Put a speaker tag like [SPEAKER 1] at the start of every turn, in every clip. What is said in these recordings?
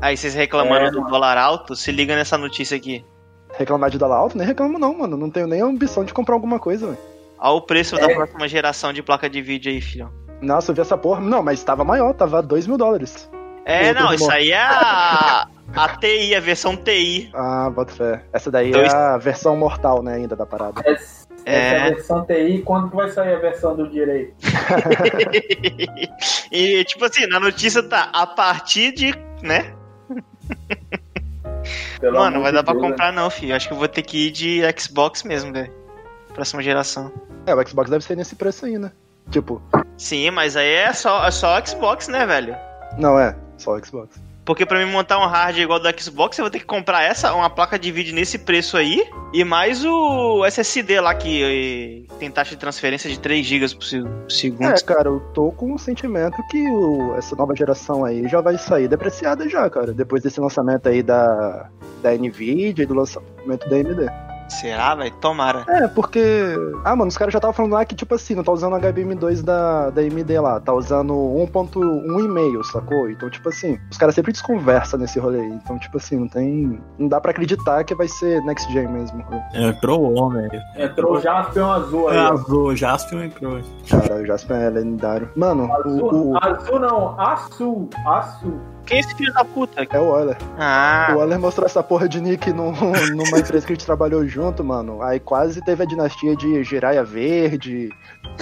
[SPEAKER 1] Aí vocês reclamando
[SPEAKER 2] É,
[SPEAKER 1] do dólar alto, se liga nessa notícia aqui.
[SPEAKER 3] Reclamar de dólar alto? Nem reclamo não, mano. Não tenho nem a ambição de comprar alguma coisa, velho.
[SPEAKER 1] Olha o preço da
[SPEAKER 2] É.
[SPEAKER 1] próxima geração de placa de vídeo aí, filho.
[SPEAKER 3] Nossa, eu vi essa porra. Não, mas tava maior, tava 2 mil dólares.
[SPEAKER 1] É,
[SPEAKER 3] Outro
[SPEAKER 1] não, isso
[SPEAKER 3] modo.
[SPEAKER 1] aí é a, a TI, a versão TI.
[SPEAKER 3] Ah, bota fé. Essa daí
[SPEAKER 1] Dois-
[SPEAKER 3] é a versão mortal, né, ainda da parada.
[SPEAKER 2] Essa,
[SPEAKER 1] É.
[SPEAKER 2] essa versão TI, quando que vai sair a versão do direito?
[SPEAKER 1] e, tipo assim, na notícia tá a partir de. né?
[SPEAKER 2] Pelo
[SPEAKER 1] Mano, não
[SPEAKER 2] amor
[SPEAKER 1] vai
[SPEAKER 2] de
[SPEAKER 1] dar pra
[SPEAKER 2] Deus, né?
[SPEAKER 1] comprar, não, filho. Acho que eu vou ter que ir de Xbox mesmo, velho. Próxima geração.
[SPEAKER 3] É, o Xbox deve ser nesse preço aí, né? Tipo,
[SPEAKER 1] Sim, mas aí é só, é só Xbox, né, velho?
[SPEAKER 3] não é, só o Xbox.
[SPEAKER 1] Porque pra mim montar um hard igual do Xbox, eu vou ter que comprar essa, uma placa de vídeo nesse preço aí, e mais o SSD lá que eh, tem taxa de transferência de 3 GB por se- por segundo.
[SPEAKER 3] É, cara, eu tô com um sentimento que o- essa nova geração aí já vai sair depreciada já, cara. Depois desse lançamento aí da, da Nvidia e do lançamento da AMD.
[SPEAKER 1] Será, velho? Tomara.
[SPEAKER 3] É, porque. Ah, mano, os caras já estavam falando lá que, tipo assim, não tá usando o HBM 2 da, da AMD lá, tá usando 1.1,5, sacou? Então, tipo assim, os caras sempre desconversam nesse rolê. aí. Então, tipo assim, não tem. Não dá pra acreditar que vai ser next gen mesmo.
[SPEAKER 4] É, Entrou o homem.
[SPEAKER 2] né? Entrou já a peão azul aí. ó.
[SPEAKER 4] Azul, Jaspion entrou.
[SPEAKER 3] Cara, o Jasper é lendário. Mano, o.
[SPEAKER 2] Azul,
[SPEAKER 3] o-
[SPEAKER 2] azul não, azul, azul.
[SPEAKER 1] Quem é esse filho da puta?
[SPEAKER 3] é o Euler.
[SPEAKER 1] Ah,
[SPEAKER 3] O Euler mostrou essa porra de nick num- numa empresa que a gente trabalhou junto, mano. Aí quase teve a dinastia de Jiraya Verde,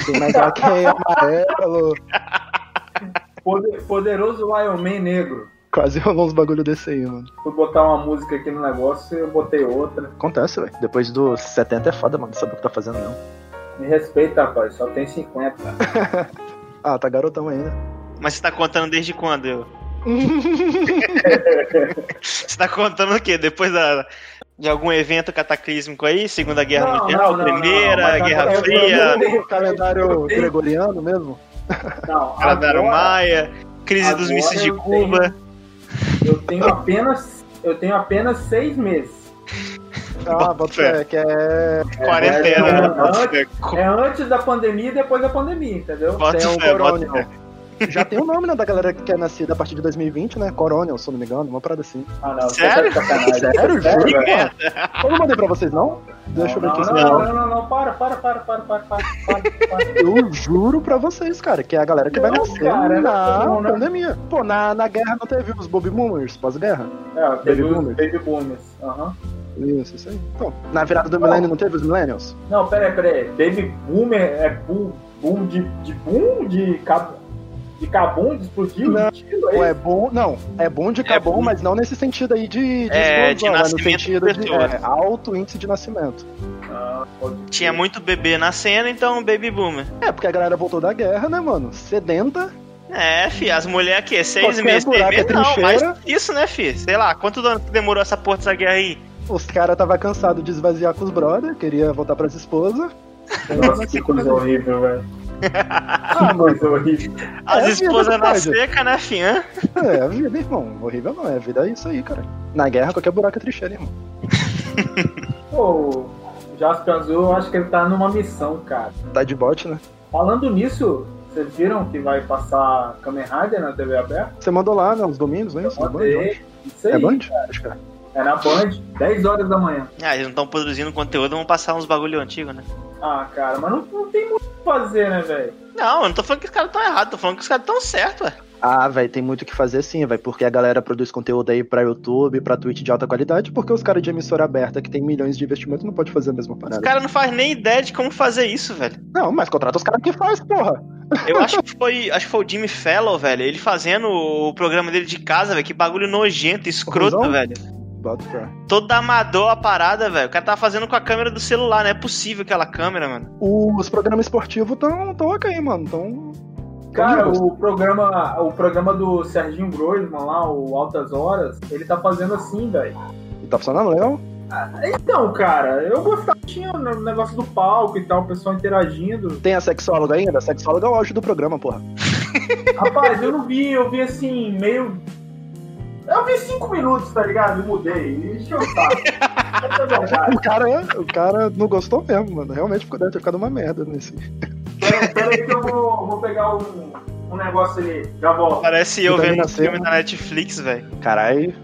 [SPEAKER 3] tem mais lá quem é amarelo.
[SPEAKER 2] Poder- Poderoso Iron Man negro.
[SPEAKER 3] Quase rolou uns bagulho desse aí, mano.
[SPEAKER 2] Fui botar uma música aqui no negócio eu botei outra.
[SPEAKER 3] Acontece, velho. Depois dos 70 é foda, mano. Não sabe o que tá fazendo, não.
[SPEAKER 2] Me respeita, rapaz, só tem 50.
[SPEAKER 3] Ah, tá garotão ainda.
[SPEAKER 1] mas você tá contando desde quando? Eu? Você tá contando o quê? Depois da, de algum evento cataclísmico aí? Segunda Guerra
[SPEAKER 2] Não,
[SPEAKER 1] Mundial?
[SPEAKER 2] não, não, não,
[SPEAKER 1] primeira?
[SPEAKER 2] mas
[SPEAKER 1] Guerra
[SPEAKER 2] agora eu-
[SPEAKER 1] Fria?
[SPEAKER 2] eu-
[SPEAKER 3] o um calendário gregoriano mesmo?
[SPEAKER 2] Não,
[SPEAKER 1] Calendário
[SPEAKER 2] agora-
[SPEAKER 1] Maia? Crise dos
[SPEAKER 2] agora
[SPEAKER 1] mísseis de
[SPEAKER 2] eu
[SPEAKER 1] Cuba?
[SPEAKER 2] Eu tenho apenas, eu tenho apenas seis meses.
[SPEAKER 3] Ah, bota fé, que é.
[SPEAKER 1] Quarentena,
[SPEAKER 2] é,
[SPEAKER 1] né?
[SPEAKER 2] é,
[SPEAKER 1] Bota fé.
[SPEAKER 2] É antes da pandemia e depois da pandemia, entendeu?
[SPEAKER 1] Bota
[SPEAKER 3] tem o
[SPEAKER 1] fé, bota
[SPEAKER 3] Coronial.
[SPEAKER 1] fé.
[SPEAKER 3] Já tem o nome, né, da galera que é nascida a partir de 2020, né? Coronial, se eu não me engano, uma parada assim.
[SPEAKER 2] Ah, não, você
[SPEAKER 1] Sério?
[SPEAKER 2] tá de sacanagem. Sério,
[SPEAKER 3] Sério, juro?
[SPEAKER 2] velho?
[SPEAKER 3] Eu não mandei pra vocês, não? Deixa eu ver
[SPEAKER 2] não,
[SPEAKER 3] aqui.
[SPEAKER 2] não, não, não, não, não, para, para, para, para, para, para, para, para.
[SPEAKER 3] Eu juro pra vocês, cara, que é a galera que vai
[SPEAKER 2] Não,
[SPEAKER 3] nascer
[SPEAKER 2] cara,
[SPEAKER 3] é na
[SPEAKER 2] não, não.
[SPEAKER 3] pandemia. Pô, na, na guerra não teve os Bob Boomers pós-guerra?
[SPEAKER 2] É, teve
[SPEAKER 3] Baby
[SPEAKER 2] os
[SPEAKER 3] boomers.
[SPEAKER 2] Baby Boomers. aham.
[SPEAKER 3] Isso, isso aí. Então, na virada do milênio não teve os Millennials?
[SPEAKER 2] Não, peraí, peraí. Baby Boomer é boom, boom de, de boom? De, cab, de cabum? De explodir?
[SPEAKER 3] Não.
[SPEAKER 2] De tiro, é
[SPEAKER 3] Ou é
[SPEAKER 2] isso?
[SPEAKER 3] bom, não, é bom de cabum,
[SPEAKER 1] bom.
[SPEAKER 3] mas não nesse sentido aí de, de
[SPEAKER 1] É, de
[SPEAKER 3] mas
[SPEAKER 1] nascimento né?
[SPEAKER 3] no
[SPEAKER 1] de
[SPEAKER 3] sentido de
[SPEAKER 1] pessoas.
[SPEAKER 3] é, alto índice de nascimento.
[SPEAKER 2] Ah, pode
[SPEAKER 1] Tinha
[SPEAKER 2] ser.
[SPEAKER 1] muito bebê nascendo, então baby boomer.
[SPEAKER 3] É, porque a galera voltou da guerra, né, mano? Sedenta,
[SPEAKER 1] É, fi, as mulheres aqui, seis
[SPEAKER 3] Qualquer
[SPEAKER 1] meses,
[SPEAKER 3] buraco
[SPEAKER 1] bebê
[SPEAKER 3] é
[SPEAKER 1] não, mas
[SPEAKER 3] trincheira.
[SPEAKER 1] isso, né, fi? Sei lá, quanto anos que demorou essa porra dessa guerra aí?
[SPEAKER 3] os caras tava cansado de esvaziar com os brother, queria voltar pras esposas.
[SPEAKER 2] Nossa, que coisa horrível, velho.
[SPEAKER 3] Ah,
[SPEAKER 2] Que coisa horrível.
[SPEAKER 1] As
[SPEAKER 3] É, fi, é
[SPEAKER 1] esposas na
[SPEAKER 3] verdade.
[SPEAKER 1] seca, né, fi? hã?
[SPEAKER 3] É, a vida, irmão. Horrível não, é a vida é isso aí, cara. Na guerra, qualquer buraco é trincheira, irmão.
[SPEAKER 2] Pô, o Jasper Azul, eu acho que ele tá numa missão, cara.
[SPEAKER 3] Tá de bote, né?
[SPEAKER 2] Falando nisso, vocês viram que vai passar Kamen Rider na TV aberta?
[SPEAKER 3] Você mandou lá, né, os domingos,
[SPEAKER 2] É
[SPEAKER 3] né? Isso, na Band, eu acho.
[SPEAKER 1] tá
[SPEAKER 2] Isso aí.
[SPEAKER 3] É Band? Acho que é.
[SPEAKER 2] É na Band, 10 horas da manhã.
[SPEAKER 1] Ah, eles não estão produzindo conteúdo, vão passar uns bagulho antigo, né?
[SPEAKER 2] Ah, cara, mas não, não tem muito o que fazer, né, velho?
[SPEAKER 1] Não, eu não tô falando que os caras estão errados, tô falando que os caras estão certos, ué.
[SPEAKER 3] Ah, velho, tem muito o que fazer sim, velho, porque a galera produz conteúdo aí pra YouTube, pra Twitch de alta qualidade, porque os caras de emissora aberta que tem milhões de investimento não pode fazer a mesma
[SPEAKER 1] Os
[SPEAKER 3] parada.
[SPEAKER 1] caras não fazem nem ideia de como fazer isso, velho.
[SPEAKER 3] Não, mas contrata os caras que faz, porra.
[SPEAKER 1] Eu acho que foi. Acho que foi o Jimmy Fellow, velho. Ele fazendo o programa dele de casa, velho. Que bagulho nojento, escroto,
[SPEAKER 3] Horrorzão?
[SPEAKER 1] velho.
[SPEAKER 3] Bota pra.
[SPEAKER 1] Todo amador a parada, velho. O cara tava fazendo com a câmera do celular, não é possível aquela câmera, mano.
[SPEAKER 3] Os programas esportivos tão, tão ok, mano, tão...
[SPEAKER 2] Cara,
[SPEAKER 3] tão de boa.
[SPEAKER 2] o programa, o programa do Serginho Grosman lá, o Altas Horas, ele tá fazendo assim, velho.
[SPEAKER 3] E tá funcionando legal?
[SPEAKER 2] Então, cara, eu gostava. Tinha o negócio do palco e tal, o pessoal interagindo.
[SPEAKER 3] Tem a sexóloga ainda? A sexóloga é o auge do programa, porra.
[SPEAKER 2] Rapaz, eu não vi, eu vi assim, meio. Eu vi cinco minutos, tá ligado? Eu mudei. Deixa eu Essa é a verdade.
[SPEAKER 3] O cara, é- o cara não gostou mesmo, mano. Realmente ficou- deve ter ficado uma merda nesse...
[SPEAKER 2] Peraí, peraí que eu vou, vou pegar um, um negócio ali. Já volto.
[SPEAKER 1] Parece eu
[SPEAKER 3] Vitamina
[SPEAKER 1] vendo um
[SPEAKER 3] C,
[SPEAKER 1] filme
[SPEAKER 3] né?
[SPEAKER 1] na Netflix, velho.
[SPEAKER 3] Caralho,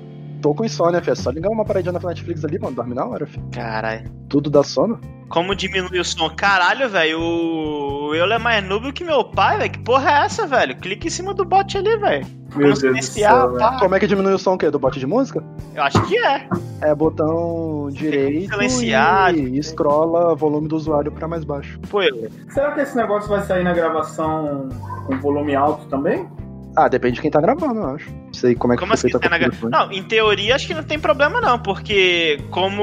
[SPEAKER 3] tô com insônia, filho. É Só ligar uma paradinha na Netflix ali, mano. Dorme na hora, filho.
[SPEAKER 1] Caralho.
[SPEAKER 3] Tudo dá sono.
[SPEAKER 1] Como diminui o som? Caralho, velho. O Euler é mais noob que meu pai, velho. Que porra é essa, velho? Clica em cima do bot ali, velho.
[SPEAKER 2] Meu Deus do
[SPEAKER 1] Silenciar,
[SPEAKER 2] céu. velho.
[SPEAKER 1] pá.
[SPEAKER 3] Como é que diminui o som o quê? Do bot de música?
[SPEAKER 1] Eu acho que é.
[SPEAKER 3] É botão direito
[SPEAKER 1] silenciar,
[SPEAKER 3] e escrola volume do usuário pra mais baixo.
[SPEAKER 1] Pô, Euler.
[SPEAKER 2] Será que esse negócio vai sair na gravação com volume alto também?
[SPEAKER 3] Ah, depende de quem tá gravando, eu acho. Não sei como é que
[SPEAKER 1] Como assim?
[SPEAKER 3] foi feita
[SPEAKER 1] Tá na...
[SPEAKER 3] a
[SPEAKER 1] gra-
[SPEAKER 3] configuração.
[SPEAKER 1] Não, em teoria acho que não tem problema não, porque como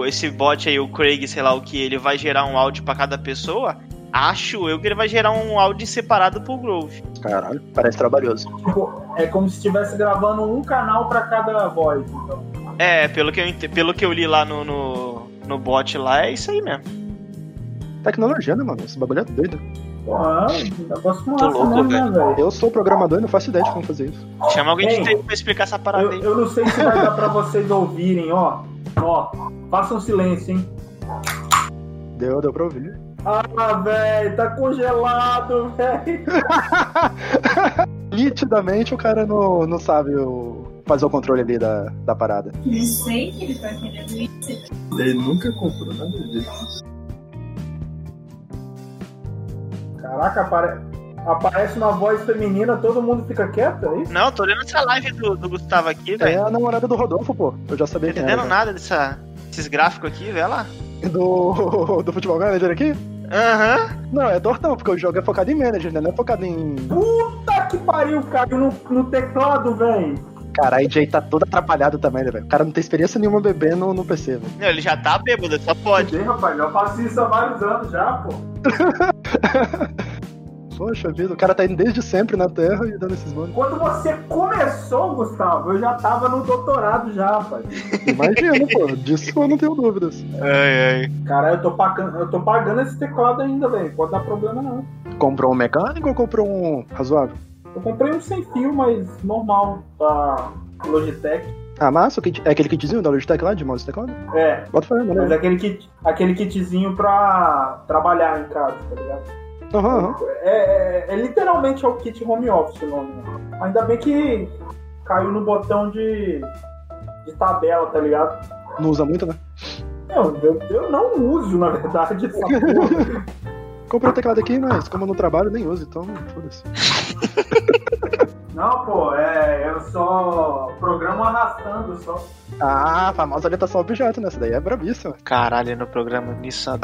[SPEAKER 1] o esse bot aí, o Craig, sei lá o que, ele vai gerar um áudio pra cada pessoa, acho eu que ele vai gerar um áudio separado pro Grove.
[SPEAKER 3] Caralho, parece trabalhoso.
[SPEAKER 2] Tipo, é como se estivesse gravando um canal pra cada voz. Então.
[SPEAKER 1] É, pelo que eu, ent- pelo que eu li lá no, no, no bot lá, é isso aí mesmo.
[SPEAKER 3] Tecnologia, né, mano? Esse bagulho é doido.
[SPEAKER 2] Porra, um negócio
[SPEAKER 1] Tô
[SPEAKER 2] massa
[SPEAKER 1] louco,
[SPEAKER 2] mesmo, né, velho?
[SPEAKER 3] Eu sou programador e não faço ideia de como fazer isso.
[SPEAKER 1] Chama alguém de
[SPEAKER 2] Ei.
[SPEAKER 1] TI pra explicar essa parada
[SPEAKER 2] Eu,
[SPEAKER 1] aí.
[SPEAKER 2] eu não sei se vai dar pra vocês ouvirem, ó. Ó, façam silêncio, hein?
[SPEAKER 3] Deu, deu pra ouvir.
[SPEAKER 2] Ah, velho, tá congelado, velho.
[SPEAKER 3] Nitidamente o cara não, não sabe o- fazer o controle ali da, da parada.
[SPEAKER 5] Não sei que ele tá querendo isso.
[SPEAKER 4] Ele nunca comprou nada disso.
[SPEAKER 2] Caraca, apare- aparece uma voz feminina, todo mundo fica quieto, é isso?
[SPEAKER 1] Não, eu tô olhando essa live do, do Gustavo aqui,
[SPEAKER 3] É
[SPEAKER 1] velho.
[SPEAKER 3] a namorada do Rodolfo, pô. Eu já sabia
[SPEAKER 1] Não tô
[SPEAKER 3] quem era.
[SPEAKER 1] entendendo nada dessa, desses gráficos aqui, velho lá.
[SPEAKER 3] né? Do, do futebol manager aqui?
[SPEAKER 1] Aham.
[SPEAKER 3] Não, é Dortão, porque o jogo é focado em manager, né? Não é focado em.
[SPEAKER 2] Puta que pariu, caiu no, no teclado, velho.
[SPEAKER 3] Caralho, o Jay tá todo atrapalhado também, né, velho? O cara não tem experiência nenhuma bebê no, no PC, velho.
[SPEAKER 1] Não, ele já tá bêbado, só pode.
[SPEAKER 2] Fudeu, rapaz, eu faço isso há vários anos já, pô.
[SPEAKER 3] Poxa vida, o cara tá indo desde sempre na Terra e dando esses nomes.
[SPEAKER 2] Quando você começou, Gustavo, eu já tava no doutorado já, rapaz.
[SPEAKER 3] Imagina, pô. Disso eu não tenho dúvidas.
[SPEAKER 1] Ai, ai.
[SPEAKER 2] Cara, eu tô pagando, eu tô pagando esse teclado ainda, velho. Pode dar problema não.
[SPEAKER 3] Comprou um mecânico ou comprou um razoável?
[SPEAKER 2] Eu comprei um sem fio, mas normal, da Logitech.
[SPEAKER 3] Ah, massa, o kit- é aquele kitzinho da Logitech lá, de mouse e teclado?
[SPEAKER 2] É,
[SPEAKER 3] Bota fé, mano.
[SPEAKER 2] mas é aquele, kit, aquele kitzinho pra trabalhar em casa, tá ligado?
[SPEAKER 3] Aham, aham.
[SPEAKER 2] É, é- é literalmente é o kit home office o nome. né? Ainda bem que caiu no botão de, de tabela, tá ligado?
[SPEAKER 3] Não usa muito, né?
[SPEAKER 2] Não, eu, eu não uso, na verdade, essa porra.
[SPEAKER 3] Comprei o teclado aqui, mas como eu não trabalho, nem uso, então foda-se.
[SPEAKER 2] Não, pô, é, eu só programa arrastando só.
[SPEAKER 3] Ah, a famosa orientação a objeto, né? Essa daí é brabíssima.
[SPEAKER 1] Caralho, no programa Nissan.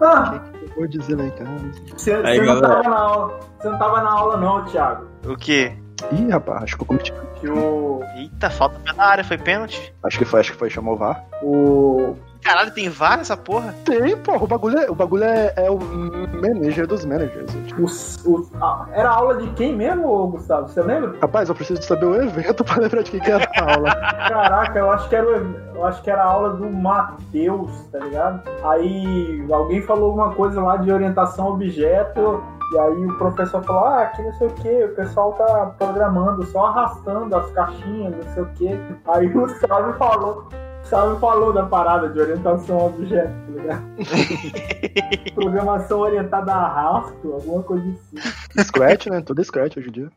[SPEAKER 2] Ah,
[SPEAKER 3] Vou dizer lá em casa.
[SPEAKER 2] você,
[SPEAKER 4] Aí,
[SPEAKER 2] você não
[SPEAKER 4] galera.
[SPEAKER 2] tava na aula, você não tava na aula não, Thiago.
[SPEAKER 1] o quê?
[SPEAKER 3] Ih, rapaz, acho que eu cometi.
[SPEAKER 2] Que o,
[SPEAKER 1] Eita, falta pela área, foi pênalti?
[SPEAKER 3] Acho que foi, acho que foi, chamou o VAR.
[SPEAKER 2] o
[SPEAKER 1] Caralho, tem VAR nessa porra?
[SPEAKER 3] Tem, porra, o bagulho é o, bagulho é, é o manager dos managers. gente.
[SPEAKER 2] Os- os- a- era aula de quem mesmo, ô, Gustavo? Você lembra?
[SPEAKER 3] Rapaz, eu preciso saber o evento pra lembrar de quem que era a aula.
[SPEAKER 2] Caraca, eu acho que era, o- eu acho que era a aula do Matheus, tá ligado? Aí alguém falou alguma coisa lá de orientação a objeto, e aí o professor falou, ah, aqui não sei o que, o pessoal tá programando, só arrastando as caixinhas, não sei o que. Aí o Salve falou, o Salve falou da parada de orientação a objeto, tá ligado? Programação orientada a arrasto, alguma coisa assim.
[SPEAKER 3] Scratch, né? Tudo Scratch hoje em dia.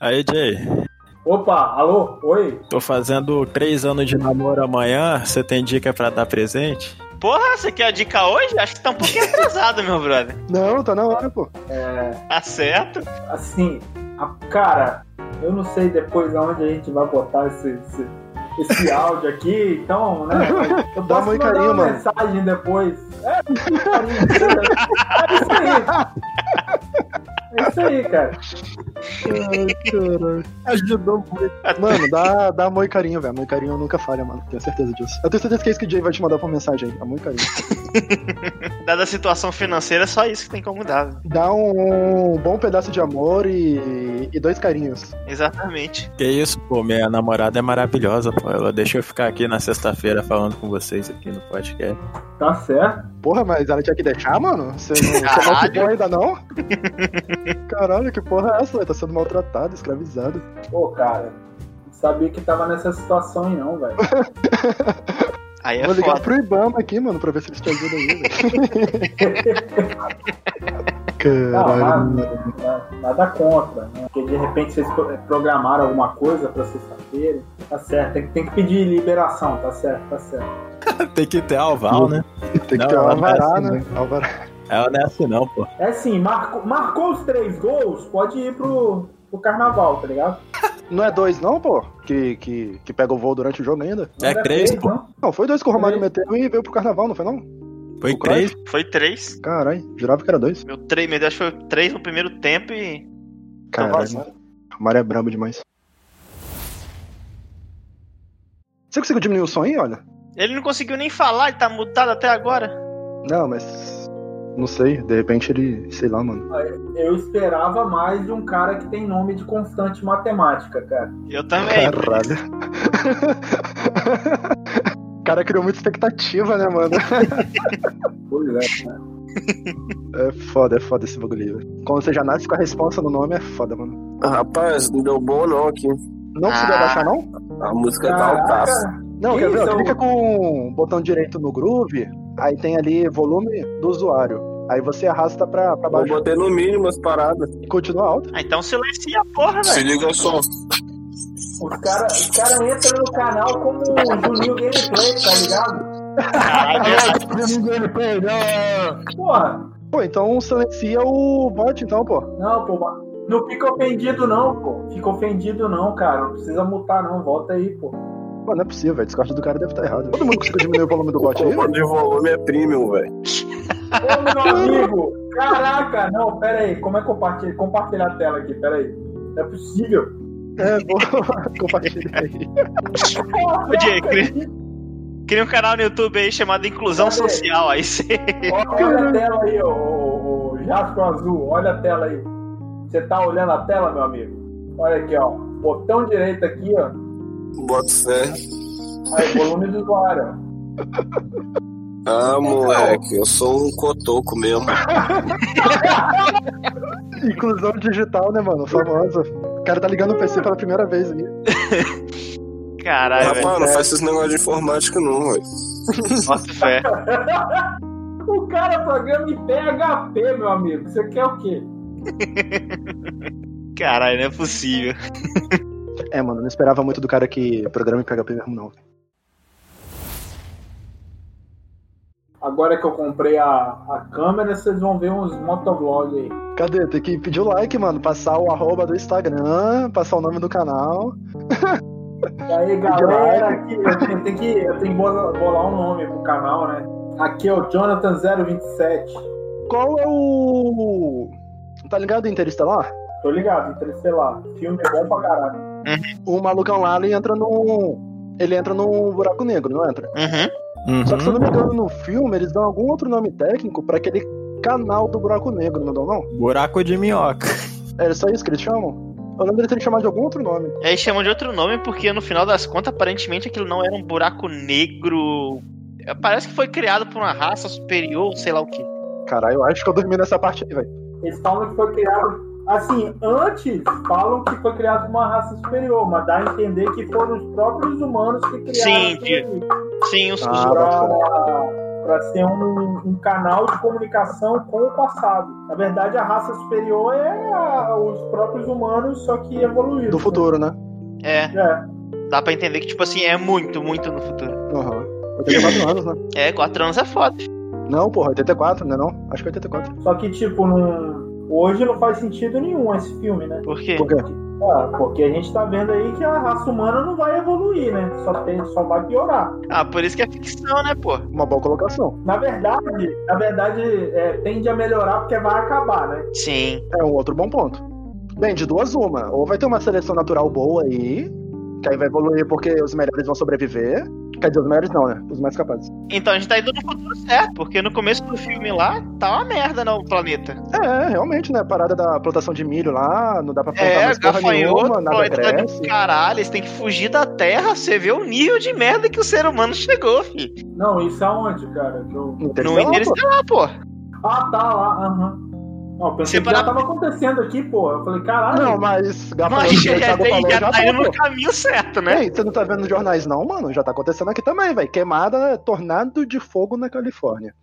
[SPEAKER 4] Aí, Jay,
[SPEAKER 2] Opa, alô, oi?
[SPEAKER 4] tô fazendo três anos de namoro amanhã. Você tem dica pra dar presente?
[SPEAKER 1] Porra, você quer a dica hoje? Acho que tá um pouquinho atrasado, meu brother.
[SPEAKER 3] Não, tá na hora, pô.
[SPEAKER 1] Tá certo?
[SPEAKER 2] assim, a- cara, eu não sei depois aonde a gente vai botar esse, esse, esse áudio aqui, então, né? Eu
[SPEAKER 3] Dá
[SPEAKER 2] posso
[SPEAKER 3] mãe
[SPEAKER 2] mandar
[SPEAKER 3] carinho,
[SPEAKER 2] uma
[SPEAKER 3] mano.
[SPEAKER 2] mensagem depois. É, carinho, é isso aí. É isso aí, cara.
[SPEAKER 3] Ai, caralho.
[SPEAKER 4] Ajudou muito.
[SPEAKER 3] Mano, dá, dá amor e carinho, velho. Amor e carinho nunca falha, mano. Tenho certeza disso. Eu tenho certeza que é isso que o Jay vai te mandar por mensagem aí. Amor e carinho.
[SPEAKER 1] Dada a situação financeira, é só isso que tem como dar. velho.
[SPEAKER 3] Dá um bom pedaço de amor e, e dois carinhos.
[SPEAKER 1] Exatamente.
[SPEAKER 4] Que isso, pô. Minha namorada é maravilhosa, pô. Ela deixou eu ficar aqui na sexta-feira falando com vocês aqui no podcast.
[SPEAKER 2] Tá certo.
[SPEAKER 3] Porra, mas ela tinha que deixar, mano? Você não, você não
[SPEAKER 1] Caralho.
[SPEAKER 3] se deu ainda não? Caralho, que porra é essa? velho? Tá sendo maltratado, escravizado.
[SPEAKER 2] Pô, cara, não sabia que tava nessa situação aí não, velho.
[SPEAKER 1] Aí é
[SPEAKER 3] Vou ligar
[SPEAKER 1] foda.
[SPEAKER 3] pro Ibama aqui, mano, pra ver se eles te ajudam aí, velho.
[SPEAKER 2] Não,
[SPEAKER 3] Caralho.
[SPEAKER 2] nada, nada- nada contra, né? Porque de repente vocês pro- eh, programaram alguma coisa pra sexta-feira. Tá certo, tem, que- tem que pedir liberação, tá certo, tá certo.
[SPEAKER 4] Tem que ter alval, né?
[SPEAKER 3] Tem que
[SPEAKER 4] Não,
[SPEAKER 3] ter
[SPEAKER 4] ela não é
[SPEAKER 3] alvará,
[SPEAKER 4] assim,
[SPEAKER 3] né? Alvará.
[SPEAKER 4] Ela não é assim não, pô.
[SPEAKER 2] É assim, marco- marcou os três gols, pode ir pro, pro carnaval, tá ligado?
[SPEAKER 3] Não é dois, não, pô? Que, que, que pega o voo durante o jogo ainda?
[SPEAKER 2] Não
[SPEAKER 4] É
[SPEAKER 2] era
[SPEAKER 4] três, pô.
[SPEAKER 2] não?
[SPEAKER 3] Não, foi dois que o Romário
[SPEAKER 2] Três.
[SPEAKER 3] meteu e veio pro carnaval, não foi não?
[SPEAKER 4] Foi
[SPEAKER 3] O Cruyff?
[SPEAKER 4] três.
[SPEAKER 1] Foi três.
[SPEAKER 3] Caralho, jurava que era dois.
[SPEAKER 1] Meu, três, meu Deus, foi três no primeiro tempo e.
[SPEAKER 3] Caralho.
[SPEAKER 2] né?
[SPEAKER 3] O Romário é brabo demais. Você conseguiu diminuir o som aí, olha?
[SPEAKER 1] Ele não conseguiu nem falar, ele tá mutado até agora.
[SPEAKER 3] Não, mas. Não sei, de repente ele. Sei lá, mano.
[SPEAKER 2] Eu esperava mais de um cara que tem nome de constante matemática, cara.
[SPEAKER 1] Eu também.
[SPEAKER 3] Caralho. O cara criou muita expectativa, né, mano?
[SPEAKER 2] Pois é. cara.
[SPEAKER 3] É foda, é foda esse bagulho. aí, velho. Quando você já nasce com a responsa no nome, é foda, mano.
[SPEAKER 6] Rapaz, não deu bom não aqui.
[SPEAKER 3] Não conseguiu
[SPEAKER 1] Ah.
[SPEAKER 3] abaixar, não?
[SPEAKER 6] A música tá
[SPEAKER 2] Caraca,
[SPEAKER 6] altaço.
[SPEAKER 3] Não, quer
[SPEAKER 2] Isso,
[SPEAKER 3] ver?
[SPEAKER 2] é
[SPEAKER 3] ó,
[SPEAKER 2] um-
[SPEAKER 3] Clica com o botão direito no Groove, aí tem ali volume do usuário. Aí você arrasta pra, pra
[SPEAKER 6] Eu
[SPEAKER 3] baixo
[SPEAKER 6] botei no mínimo as paradas.
[SPEAKER 3] e continua alto.
[SPEAKER 1] Ah, então silencia a porra,
[SPEAKER 6] Se
[SPEAKER 1] velho.
[SPEAKER 6] liga o som.
[SPEAKER 2] os caras cara entram no canal como Juninho Gameplay, tá ligado?
[SPEAKER 1] Caralho, é assim verdade.
[SPEAKER 2] Porra,
[SPEAKER 3] Pô, então silencia o bot, então, pô.
[SPEAKER 2] não, pô, ma- não fica ofendido não, pô. Fica ofendido não, cara. Não precisa multar não, volta aí, pô.
[SPEAKER 3] Pô, não é possível, velho. O Discord do cara deve estar errado. Todo mundo conseguiu diminuir o volume do
[SPEAKER 6] O
[SPEAKER 3] bot aí? né? velho?
[SPEAKER 6] comando de volume é premium, velho.
[SPEAKER 2] Ô, meu amigo, caraca, não, pera aí. Como é que compartilha? Compartilha a tela aqui, pera aí. Não é possível.
[SPEAKER 3] É, vou compartilhar aí.
[SPEAKER 1] Podia,
[SPEAKER 2] Caraca,
[SPEAKER 1] cri- Cria um canal no YouTube aí chamado Inclusão
[SPEAKER 2] Cadê?
[SPEAKER 1] Social. Aí você.
[SPEAKER 2] Olha a tela aí, ô, ô, ô, Jasco Azul, olha a tela aí. Você tá olhando a tela, meu amigo? Olha aqui, ó. Botão direito aqui, ó.
[SPEAKER 6] Bota fé.
[SPEAKER 2] Aí, volume do usuário.
[SPEAKER 6] Ah, moleque, eu sou um cotoco mesmo.
[SPEAKER 3] Inclusão digital, né, mano? Famosa. O cara tá ligando o PC pela primeira vez aí. É
[SPEAKER 1] Caralho, velho.
[SPEAKER 6] Rapaz, não faz esses negócios de informática não, velho.
[SPEAKER 1] Nossa, fé.
[SPEAKER 2] O cara programa em PHP, meu amigo. Você quer o quê?
[SPEAKER 1] Caralho, não é possível.
[SPEAKER 3] É, mano, não esperava muito do cara que programa em PHP mesmo, não.
[SPEAKER 2] Agora que eu comprei a, a câmera, vocês vão ver uns motovlog aí.
[SPEAKER 3] Cadê? Tem que pedir o like, mano. Passar o arroba do Instagram, passar o nome do canal.
[SPEAKER 2] E aí, galera, aqui, eu tenho- tem que eu tenho que bolar bolar um nome pro canal, né? Aqui é o Jonathan027.
[SPEAKER 3] Qual é o. Tá ligado, Interestelar?
[SPEAKER 2] Tô ligado, Interestelar. Filme é bom pra caralho.
[SPEAKER 3] O malucão lá, ele entra num. Ele entra num buraco negro, não entra?
[SPEAKER 1] Uhum.
[SPEAKER 3] Só que se eu
[SPEAKER 4] Uhum.
[SPEAKER 3] não me engano, no filme, eles dão algum outro nome técnico pra aquele canal do buraco negro, não dão, não?
[SPEAKER 4] Buraco de minhoca.
[SPEAKER 3] É só isso que eles chamam? Eu lembro de ter chamado de algum outro nome.
[SPEAKER 1] E aí chamam de outro nome porque no final das contas, aparentemente, aquilo não era um buraco negro. É, Parece que foi criado por uma raça superior, sei lá o que.
[SPEAKER 3] Caralho, eu acho que eu dormi nessa parte aí, velho.
[SPEAKER 2] Eles falam que foi criado. Assim, antes falam que foi criado por uma raça superior, mas dá a entender que foram os próprios humanos que criaram
[SPEAKER 1] Sim,
[SPEAKER 2] aquilo
[SPEAKER 1] de-
[SPEAKER 2] ali,
[SPEAKER 1] Sim, os,
[SPEAKER 3] Ah,
[SPEAKER 2] pra,
[SPEAKER 3] bota
[SPEAKER 2] pra ser um, um canal de comunicação com o passado. Na verdade, a raça superior é a- os próprios humanos, só que evoluídos.
[SPEAKER 3] Do futuro, né?
[SPEAKER 1] é,
[SPEAKER 2] É,
[SPEAKER 1] dá pra entender que, tipo assim, é muito, muito no futuro.
[SPEAKER 3] Aham. 84 anos, né?
[SPEAKER 1] É, quatro anos é foda.
[SPEAKER 3] Não, porra, 84, né? Não? Acho que é 84.
[SPEAKER 2] só que, tipo, num- hoje não faz sentido nenhum esse filme, né?
[SPEAKER 1] Por quê?
[SPEAKER 3] Por quê?
[SPEAKER 2] Ah, porque a gente tá vendo aí que a raça humana não vai evoluir, né? Só, tem, só vai piorar.
[SPEAKER 1] Ah, por isso que é ficção, né, pô?
[SPEAKER 3] Uma boa colocação.
[SPEAKER 2] Na verdade, na verdade, é, tende a melhorar porque vai acabar, né?
[SPEAKER 1] Sim.
[SPEAKER 3] É um outro bom ponto. Bem, de duas, uma. Ou vai ter uma seleção natural boa aí, que aí vai evoluir porque os melhores vão sobreviver. Quer dizer, os melhores não, né? Os mais capazes.
[SPEAKER 1] Então a gente tá indo no futuro certo, porque no começo do filme lá tá uma merda no planeta.
[SPEAKER 3] É, realmente, né? Parada da plantação de milho lá, não dá pra plantar
[SPEAKER 1] É,
[SPEAKER 3] mais porra nenhuma,
[SPEAKER 1] gafanhoto,
[SPEAKER 3] nada
[SPEAKER 1] planeta tá
[SPEAKER 3] cresce.
[SPEAKER 1] de caralho, eles têm que fugir da Terra, você vê o nível de merda que o ser humano chegou, fi.
[SPEAKER 2] Não, isso aonde, cara? Que eu-
[SPEAKER 1] No tá
[SPEAKER 3] Interestelar, pô.
[SPEAKER 1] Interestelar, pô.
[SPEAKER 2] Ah, tá lá, aham. Não, eu pensei
[SPEAKER 1] Separar-
[SPEAKER 2] que já tava acontecendo aqui, pô. Eu falei, caralho.
[SPEAKER 3] Ah, Não, mas.
[SPEAKER 1] Mas
[SPEAKER 3] o
[SPEAKER 1] Ah, já, já,
[SPEAKER 3] Thiago
[SPEAKER 1] tem-
[SPEAKER 3] falou,
[SPEAKER 1] já tá indo
[SPEAKER 3] falou.
[SPEAKER 1] no caminho certo, né?
[SPEAKER 3] Ei, você não tá vendo nos jornais, não, mano? Já tá acontecendo aqui também, velho. Queimada, tornado de fogo na Califórnia.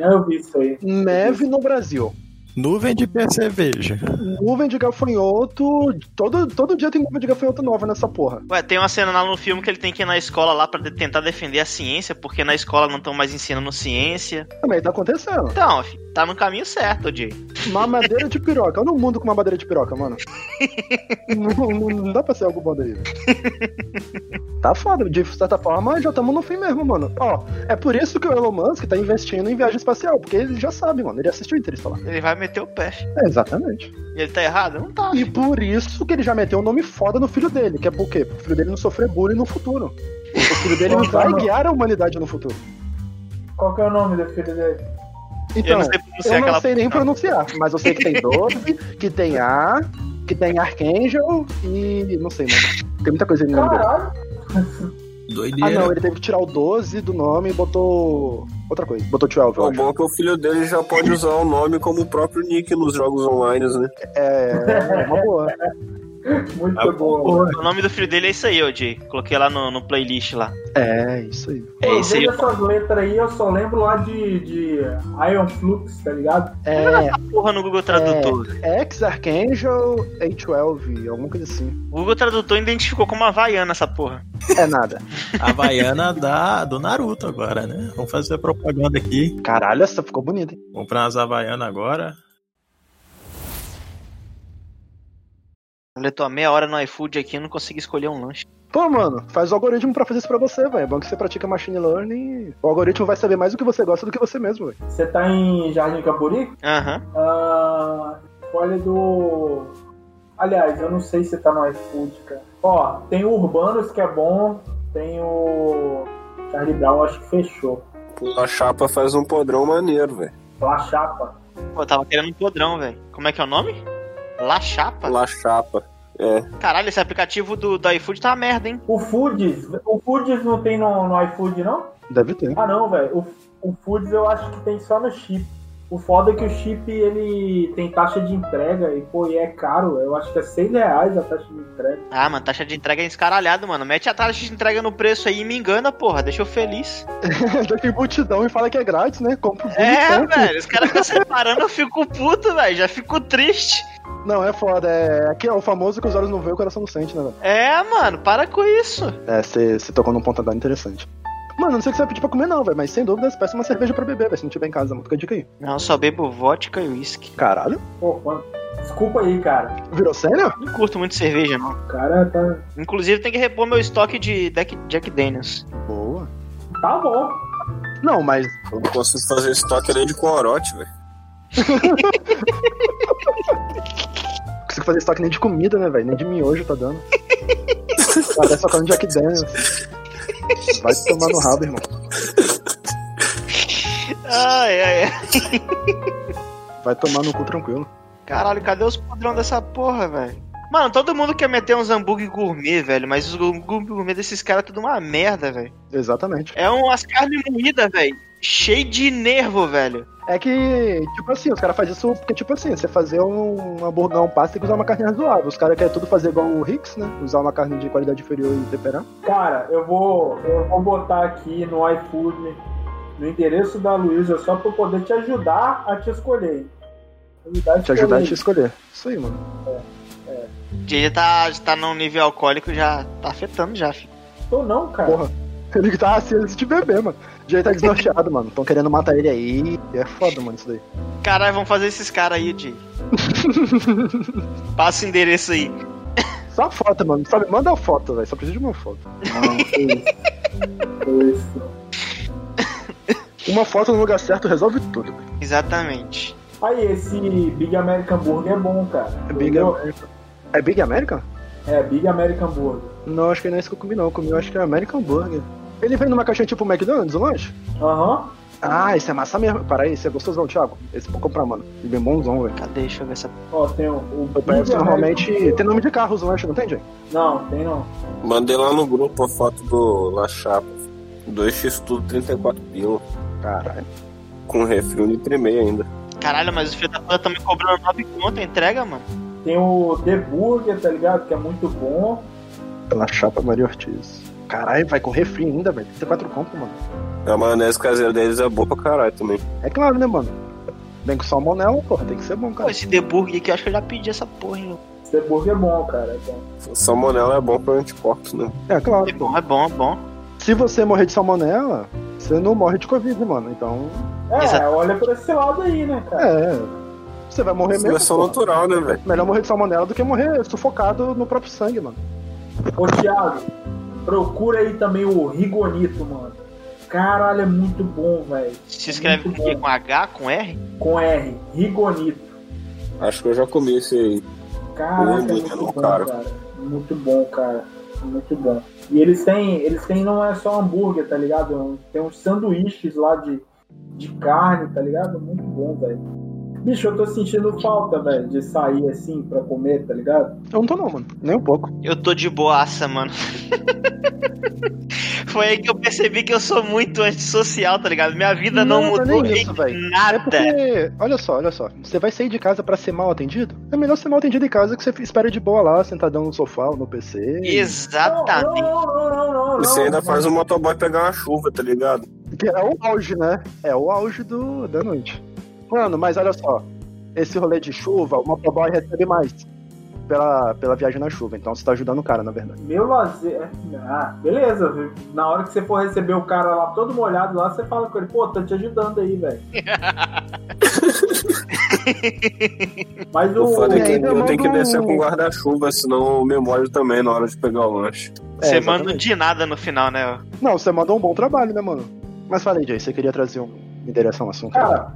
[SPEAKER 2] né, Eu vi isso aí.
[SPEAKER 3] Neve no Brasil.
[SPEAKER 4] Nuvem de percevejo.
[SPEAKER 3] Nuvem de gafanhoto. Todo, todo dia tem nuvem de gafanhoto nova nessa porra.
[SPEAKER 1] Ué, tem uma cena lá no filme que ele tem que ir na escola lá pra de- tentar defender a ciência, porque na escola não estão mais ensinando ciência.
[SPEAKER 3] Também tá acontecendo.
[SPEAKER 1] Então, fi, tá no caminho certo, Jay.
[SPEAKER 3] Mamadeira de piroca. Olha o mundo com mamadeira de piroca, mano. não, não- não dá pra ser algo bom daí. velho. Tá foda, de certa forma já estamos no fim mesmo, mano. Ó, é por isso que o Elon Musk tá investindo em viagem espacial, porque ele já sabe, mano. Ele assistiu Interestelar.
[SPEAKER 1] Ele vai meter o pé. fi.
[SPEAKER 3] É, exatamente.
[SPEAKER 1] E Ele tá errado? Não tá.
[SPEAKER 3] E por isso que ele já meteu um nome foda no filho dele, que é por quê? Pro filho dele não sofrer bullying no futuro. O filho dele vai guiar a humanidade no futuro.
[SPEAKER 2] Qual que é o nome do filho dele?
[SPEAKER 1] eu
[SPEAKER 3] Então,
[SPEAKER 1] não sei
[SPEAKER 3] eu
[SPEAKER 1] pronunciar
[SPEAKER 3] não
[SPEAKER 1] aquela.
[SPEAKER 3] sei nem pronunciar, mas eu sei que tem 12, que tem A, que tem Archangel e. não sei, mano. Tem muita coisa aí no nome dele.
[SPEAKER 2] Caralho.
[SPEAKER 3] Ah, não,
[SPEAKER 4] Doideira.
[SPEAKER 3] ele teve que tirar o 12 do nome e botou. outra coisa, botou 12, eu
[SPEAKER 6] O
[SPEAKER 3] acho.
[SPEAKER 6] bom é que o filho dele já pode usar o nome como o próprio nick nos jogos online, né?
[SPEAKER 3] É, uma boa.
[SPEAKER 2] Muito
[SPEAKER 4] Ah,
[SPEAKER 2] bom.
[SPEAKER 1] O nome do filho dele é isso aí, ô Jay. Coloquei lá no, no playlist lá.
[SPEAKER 3] É, isso aí.
[SPEAKER 1] É
[SPEAKER 2] Pô,
[SPEAKER 1] isso aí.
[SPEAKER 2] veja essas letras aí, eu só lembro lá de, de Iron Flux, tá ligado?
[SPEAKER 3] É,
[SPEAKER 1] Porra no Google Tradutor.
[SPEAKER 3] X Archangel A12, alguma coisa assim.
[SPEAKER 1] O Google Tradutor identificou como Havaiana essa porra.
[SPEAKER 3] É nada.
[SPEAKER 4] A Havaiana da, do Naruto agora, né? Vamos fazer propaganda aqui.
[SPEAKER 3] Caralho, essa ficou bonita, hein?
[SPEAKER 4] Comprar umas Havaianas agora.
[SPEAKER 1] Olha, tô há meia hora no iFood aqui e não consegui escolher um lanche.
[SPEAKER 3] Pô, mano, faz o algoritmo pra fazer isso pra você, velho. É bom que você pratica machine learning. O algoritmo vai saber mais o que você gosta do que você mesmo, velho.
[SPEAKER 2] Você tá em Jardim Camburi?
[SPEAKER 1] Aham.
[SPEAKER 2] Ah, olha do. Aliás, eu não sei se tá no iFood, cara. Ó, tem o Urbanos que é bom, tem o. Charlie Brown, acho que fechou.
[SPEAKER 6] A chapa faz um podrão maneiro, velho.
[SPEAKER 2] La Chapa.
[SPEAKER 1] Pô, eu tava querendo um podrão, velho. Como é que é o nome? La Chapa?
[SPEAKER 6] La chapa.
[SPEAKER 1] Caralho, esse aplicativo do, do iFood tá uma merda, hein?
[SPEAKER 2] O Foods, o Foods não tem no, no iFood, não?
[SPEAKER 3] Deve ter.
[SPEAKER 2] Ah, não, velho. O, o Foods eu acho que tem só no chip. O foda é que o chip ele tem taxa de entrega e, pô, e é caro. Eu acho que é 6 reais a taxa de entrega.
[SPEAKER 1] Ah, mano, taxa de entrega é escaralhado, mano. Mete a taxa de entrega no preço aí e me engana, porra. Deixa eu feliz.
[SPEAKER 3] Já tem multidão e fala que é né? grátis, né? Compra o Google
[SPEAKER 1] É,
[SPEAKER 3] Camp.
[SPEAKER 1] velho. Os caras ficam separando, eu fico puto, velho. Já fico triste.
[SPEAKER 3] Não, é foda. É aqui, ó, o famoso que os olhos não veem, o coração não sente, né, velho?
[SPEAKER 1] É, mano, para com isso.
[SPEAKER 3] É, você tocou num ponto agora interessante. Mano, não sei o que você vai pedir pra comer, não, velho, mas sem dúvidas, peça uma cerveja pra beber, velho, se não tiver em casa, mano. Fica a dica aí.
[SPEAKER 1] Não, só bebo vodka e uísque.
[SPEAKER 3] Caralho.
[SPEAKER 2] Pô, quanto? Desculpa aí, cara.
[SPEAKER 3] Virou sério?
[SPEAKER 1] Não curto muito cerveja, não.
[SPEAKER 2] O cara tá.
[SPEAKER 1] Inclusive, tem que repor meu estoque de Jack, Jack Daniels.
[SPEAKER 3] Boa.
[SPEAKER 2] Tá bom.
[SPEAKER 3] Não, mas.
[SPEAKER 6] Eu não consigo fazer estoque nem de corote, velho.
[SPEAKER 3] Não consigo fazer estoque nem de comida, né, velho? Nem de miojo tá dando. Tá até socando Jack Daniels. Vai se tomar no rabo, irmão.
[SPEAKER 1] Ai, ai, ai.
[SPEAKER 3] Vai tomar no cu tranquilo.
[SPEAKER 1] Caralho, cadê os podrão dessa porra, velho? Mano, todo mundo quer meter uns hambúrguer gourmet, velho. Mas os hambúrguer gourmet desses caras é tudo uma merda, velho.
[SPEAKER 3] Exatamente.
[SPEAKER 1] É umas carnes moídas, velho. Cheio de nervo, velho.
[SPEAKER 3] É que, tipo assim, os caras fazem isso porque, tipo assim, você fazer um hamburgão, um pasta tem que usar uma carne razoável. Os caras querem tudo fazer igual o Hicks, né? Usar uma carne de qualidade inferior e temperar.
[SPEAKER 2] Cara, eu vou, eu vou botar aqui no iFood, no endereço da Luísa, só pra eu poder te ajudar a te escolher. Ajudar a
[SPEAKER 3] Te ajudar a te
[SPEAKER 2] escolher.
[SPEAKER 3] escolher. Isso aí, mano.
[SPEAKER 1] Jay já tá, já tá num nível alcoólico, já tá afetando já, filho.
[SPEAKER 2] Tô não, cara.
[SPEAKER 3] Porra. Ele tá assim antes de beber, mano. Já tá desnorteado, mano. Tão querendo matar ele aí. É foda, mano, isso daí.
[SPEAKER 1] Caralho, vamos fazer esses caras aí, Jay. Passa o endereço aí.
[SPEAKER 3] Só a foto, mano. Sabe, manda a foto, velho. Só preciso de uma foto.
[SPEAKER 2] Não, que isso. Que isso.
[SPEAKER 3] Uma foto no lugar certo resolve tudo.
[SPEAKER 1] Exatamente.
[SPEAKER 2] Aí, esse Big American Burger é bom, cara.
[SPEAKER 3] É Big
[SPEAKER 2] Entendeu?
[SPEAKER 3] American. É Big American?
[SPEAKER 2] É, Big American Burger.
[SPEAKER 3] Não, acho que não é isso que eu comi, não. Eu comi, eu acho que é American Burger. Ele vem numa caixinha tipo McDonald's, o lanche?
[SPEAKER 2] Aham.
[SPEAKER 3] Ah, esse é massa mesmo. Para aí, esse é gostosão, Thiago. Esse pode comprar, mano. Ele é bem bonzão, velho.
[SPEAKER 1] Cadê? Deixa eu ver essa.
[SPEAKER 2] Ó, tem o, o
[SPEAKER 3] O
[SPEAKER 2] Big
[SPEAKER 3] Pepsi
[SPEAKER 2] American-
[SPEAKER 3] normalmente
[SPEAKER 2] né?
[SPEAKER 3] tem nome de carros, não acha, não tem, gente?
[SPEAKER 2] Não, tem não.
[SPEAKER 6] Mandei lá no grupo a foto do La Chapa. 2x tudo, 34 pila.
[SPEAKER 3] Caralho.
[SPEAKER 6] Com refri um litro e meio ainda.
[SPEAKER 1] Caralho, mas o filho da puta tá me cobrando 9 conto a entrega, mano.
[SPEAKER 2] Tem o The Burger, tá ligado? Que é muito bom.
[SPEAKER 3] Pela chapa Maria Ortiz. Caralho, vai com refri ainda, velho. 34 conto, mano.
[SPEAKER 6] A maionese caseira deles é boa pra caralho também.
[SPEAKER 3] É claro, né, mano? Vem com salmonela, porra. Tem que ser bom,
[SPEAKER 1] Pô,
[SPEAKER 3] cara.
[SPEAKER 1] esse The Burger aqui, eu acho que eu já pedi essa porra, hein.
[SPEAKER 2] The Burger é bom, cara. É bom.
[SPEAKER 6] Salmonela é bom pra anticorpos, né?
[SPEAKER 3] É claro.
[SPEAKER 1] É bom, é bom, é bom.
[SPEAKER 3] Se você morrer de salmonela, você não morre de Covid, mano. Então,
[SPEAKER 2] É,
[SPEAKER 1] Exato.
[SPEAKER 2] olha por esse lado aí, né, cara?
[SPEAKER 3] é. Você vai morrer mesmo.
[SPEAKER 6] Seleção
[SPEAKER 3] porra.
[SPEAKER 6] natural, né, velho?
[SPEAKER 3] Melhor morrer de salmonela do que morrer sufocado no próprio sangue, mano.
[SPEAKER 2] Ô, Thiago, procura aí também o Rigonito, mano. Caralho, é muito bom, velho.
[SPEAKER 1] Se escreve com
[SPEAKER 2] Muito
[SPEAKER 1] o quê? Com H, com R?
[SPEAKER 2] Com R, Rigonito.
[SPEAKER 6] Acho que eu já comi esse aí.
[SPEAKER 2] Caraca, é
[SPEAKER 6] Muito
[SPEAKER 2] muito
[SPEAKER 6] bom,
[SPEAKER 2] bom,
[SPEAKER 6] cara.
[SPEAKER 2] cara. Muito bom, cara. Muito bom. E eles têm, eles têm não é só hambúrguer, tá ligado? Tem uns sanduíches lá de, de carne, tá ligado? Muito bom, velho. Bicho, eu tô sentindo falta, velho, de sair assim pra comer, tá ligado?
[SPEAKER 3] Eu não tô não, mano. Nem um pouco.
[SPEAKER 1] Eu tô de boaça, mano. Foi aí que eu percebi que eu sou muito antissocial, tá ligado? Minha vida não,
[SPEAKER 3] Não, não é
[SPEAKER 1] mudou
[SPEAKER 3] nem
[SPEAKER 1] em
[SPEAKER 3] isso, véi. É
[SPEAKER 1] nada.
[SPEAKER 3] porque, olha só, olha só. Você vai sair de casa pra ser mal atendido? É melhor ser mal atendido em casa que você espera de boa lá, sentadão no sofá ou no PC.
[SPEAKER 1] Exatamente.
[SPEAKER 2] Não, não, não, não, não.
[SPEAKER 6] E você ainda
[SPEAKER 2] não.
[SPEAKER 6] faz o motoboy pegar uma chuva, tá ligado?
[SPEAKER 3] Que é o auge, né? É o auge do, da noite. Mano, mas olha só. Esse rolê de chuva, o motoboy recebe mais pela, pela viagem na chuva. Então você tá ajudando o cara, na verdade.
[SPEAKER 2] Meu lazer. Ah, beleza. viu? Na hora que você for receber o cara lá todo molhado lá, você fala com ele, pô, tô te ajudando aí, velho. Mas o.
[SPEAKER 6] O foda é que
[SPEAKER 3] E ainda
[SPEAKER 6] eu tenho que
[SPEAKER 3] manda um-
[SPEAKER 6] descer com guarda-chuva, senão eu memório também na hora de pegar o lanche.
[SPEAKER 3] É,
[SPEAKER 1] Você manda
[SPEAKER 3] exatamente.
[SPEAKER 1] de nada no final, né?
[SPEAKER 3] Não, você mandou um bom trabalho, né, mano? Mas falei, Jay, você queria trazer um em direção ao assunto.
[SPEAKER 2] Cara,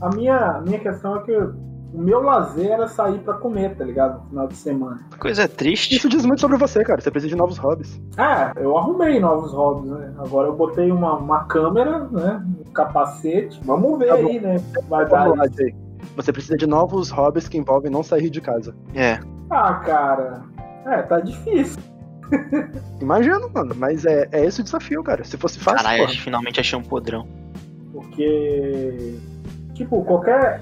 [SPEAKER 2] a minha, a minha questão é que o meu lazer era sair pra comer, tá ligado? No final de semana.
[SPEAKER 1] Coisa triste.
[SPEAKER 3] Isso diz muito sobre você, cara. Você precisa de novos hobbies.
[SPEAKER 2] Ah, eu arrumei novos hobbies, né? Agora eu botei uma, uma câmera, né? Um capacete. Vamos ver
[SPEAKER 3] Tá bom.
[SPEAKER 2] aí, né? Vai dar.
[SPEAKER 3] Vamos lá, Jay. Você precisa de novos hobbies que envolvem não sair de casa.
[SPEAKER 1] É.
[SPEAKER 2] Ah, cara. É, tá difícil.
[SPEAKER 3] Imagino, mano, mas é, é esse o desafio, cara. Se fosse fácil,
[SPEAKER 1] Caralho,
[SPEAKER 3] porra.
[SPEAKER 1] finalmente achei um podrão.
[SPEAKER 2] Porque, tipo, qualquer.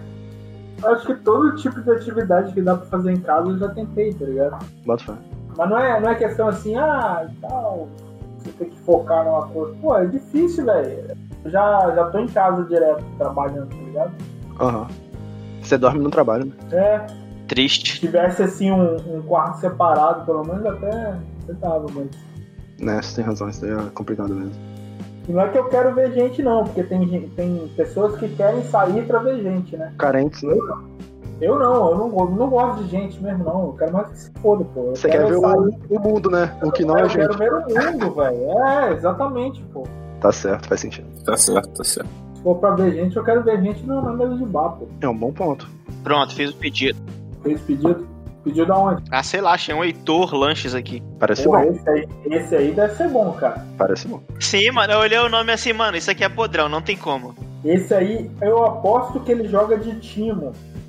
[SPEAKER 2] Acho que todo tipo de atividade que dá pra fazer em casa eu já tentei, tá ligado?
[SPEAKER 3] Bota fã.
[SPEAKER 2] Mas não é, não é questão assim, ah, e tal, você tem que focar numa coisa. Pô, é difícil, velho. Eu Já, já tô em casa direto, trabalhando, tá ligado?
[SPEAKER 3] Aham. Você dorme no trabalho, né?
[SPEAKER 2] É, se
[SPEAKER 1] Triste.
[SPEAKER 2] tivesse assim um, um quarto separado, pelo menos até eu tava, mas.
[SPEAKER 3] Né, você tem razão, isso daí é complicado mesmo.
[SPEAKER 2] E não é que eu quero ver gente, não, porque tem, gen- tem pessoas que querem sair pra ver gente, né?
[SPEAKER 3] Carentes, né?
[SPEAKER 2] Eu não, eu não, go- não gosto de gente mesmo, não. Eu quero mais que se foda, pô. Eu
[SPEAKER 3] Você
[SPEAKER 2] quero
[SPEAKER 3] quer ver
[SPEAKER 2] sair,
[SPEAKER 3] o, o mundo, né? O que não é
[SPEAKER 2] eu quero
[SPEAKER 3] gente.
[SPEAKER 2] ver o mundo, velho. É, exatamente, pô.
[SPEAKER 3] Tá certo, faz sentido.
[SPEAKER 6] Tá certo, tá certo.
[SPEAKER 2] Se for pra ver gente, eu quero ver gente não na mesa de bar, pô.
[SPEAKER 3] É um bom ponto.
[SPEAKER 1] Pronto, fiz o pedido.
[SPEAKER 2] Fez pedido? Pediu da onde?
[SPEAKER 1] Ah, sei lá, achei um Heitor Lanches aqui.
[SPEAKER 3] Parece
[SPEAKER 2] Porra,
[SPEAKER 3] bom,
[SPEAKER 2] esse, aí, esse aí deve ser bom, cara.
[SPEAKER 3] parece bom.
[SPEAKER 1] Sim, mano, eu olhei o nome assim, mano, isso aqui é podrão, não tem como.
[SPEAKER 2] Esse aí, eu aposto que ele joga de timo.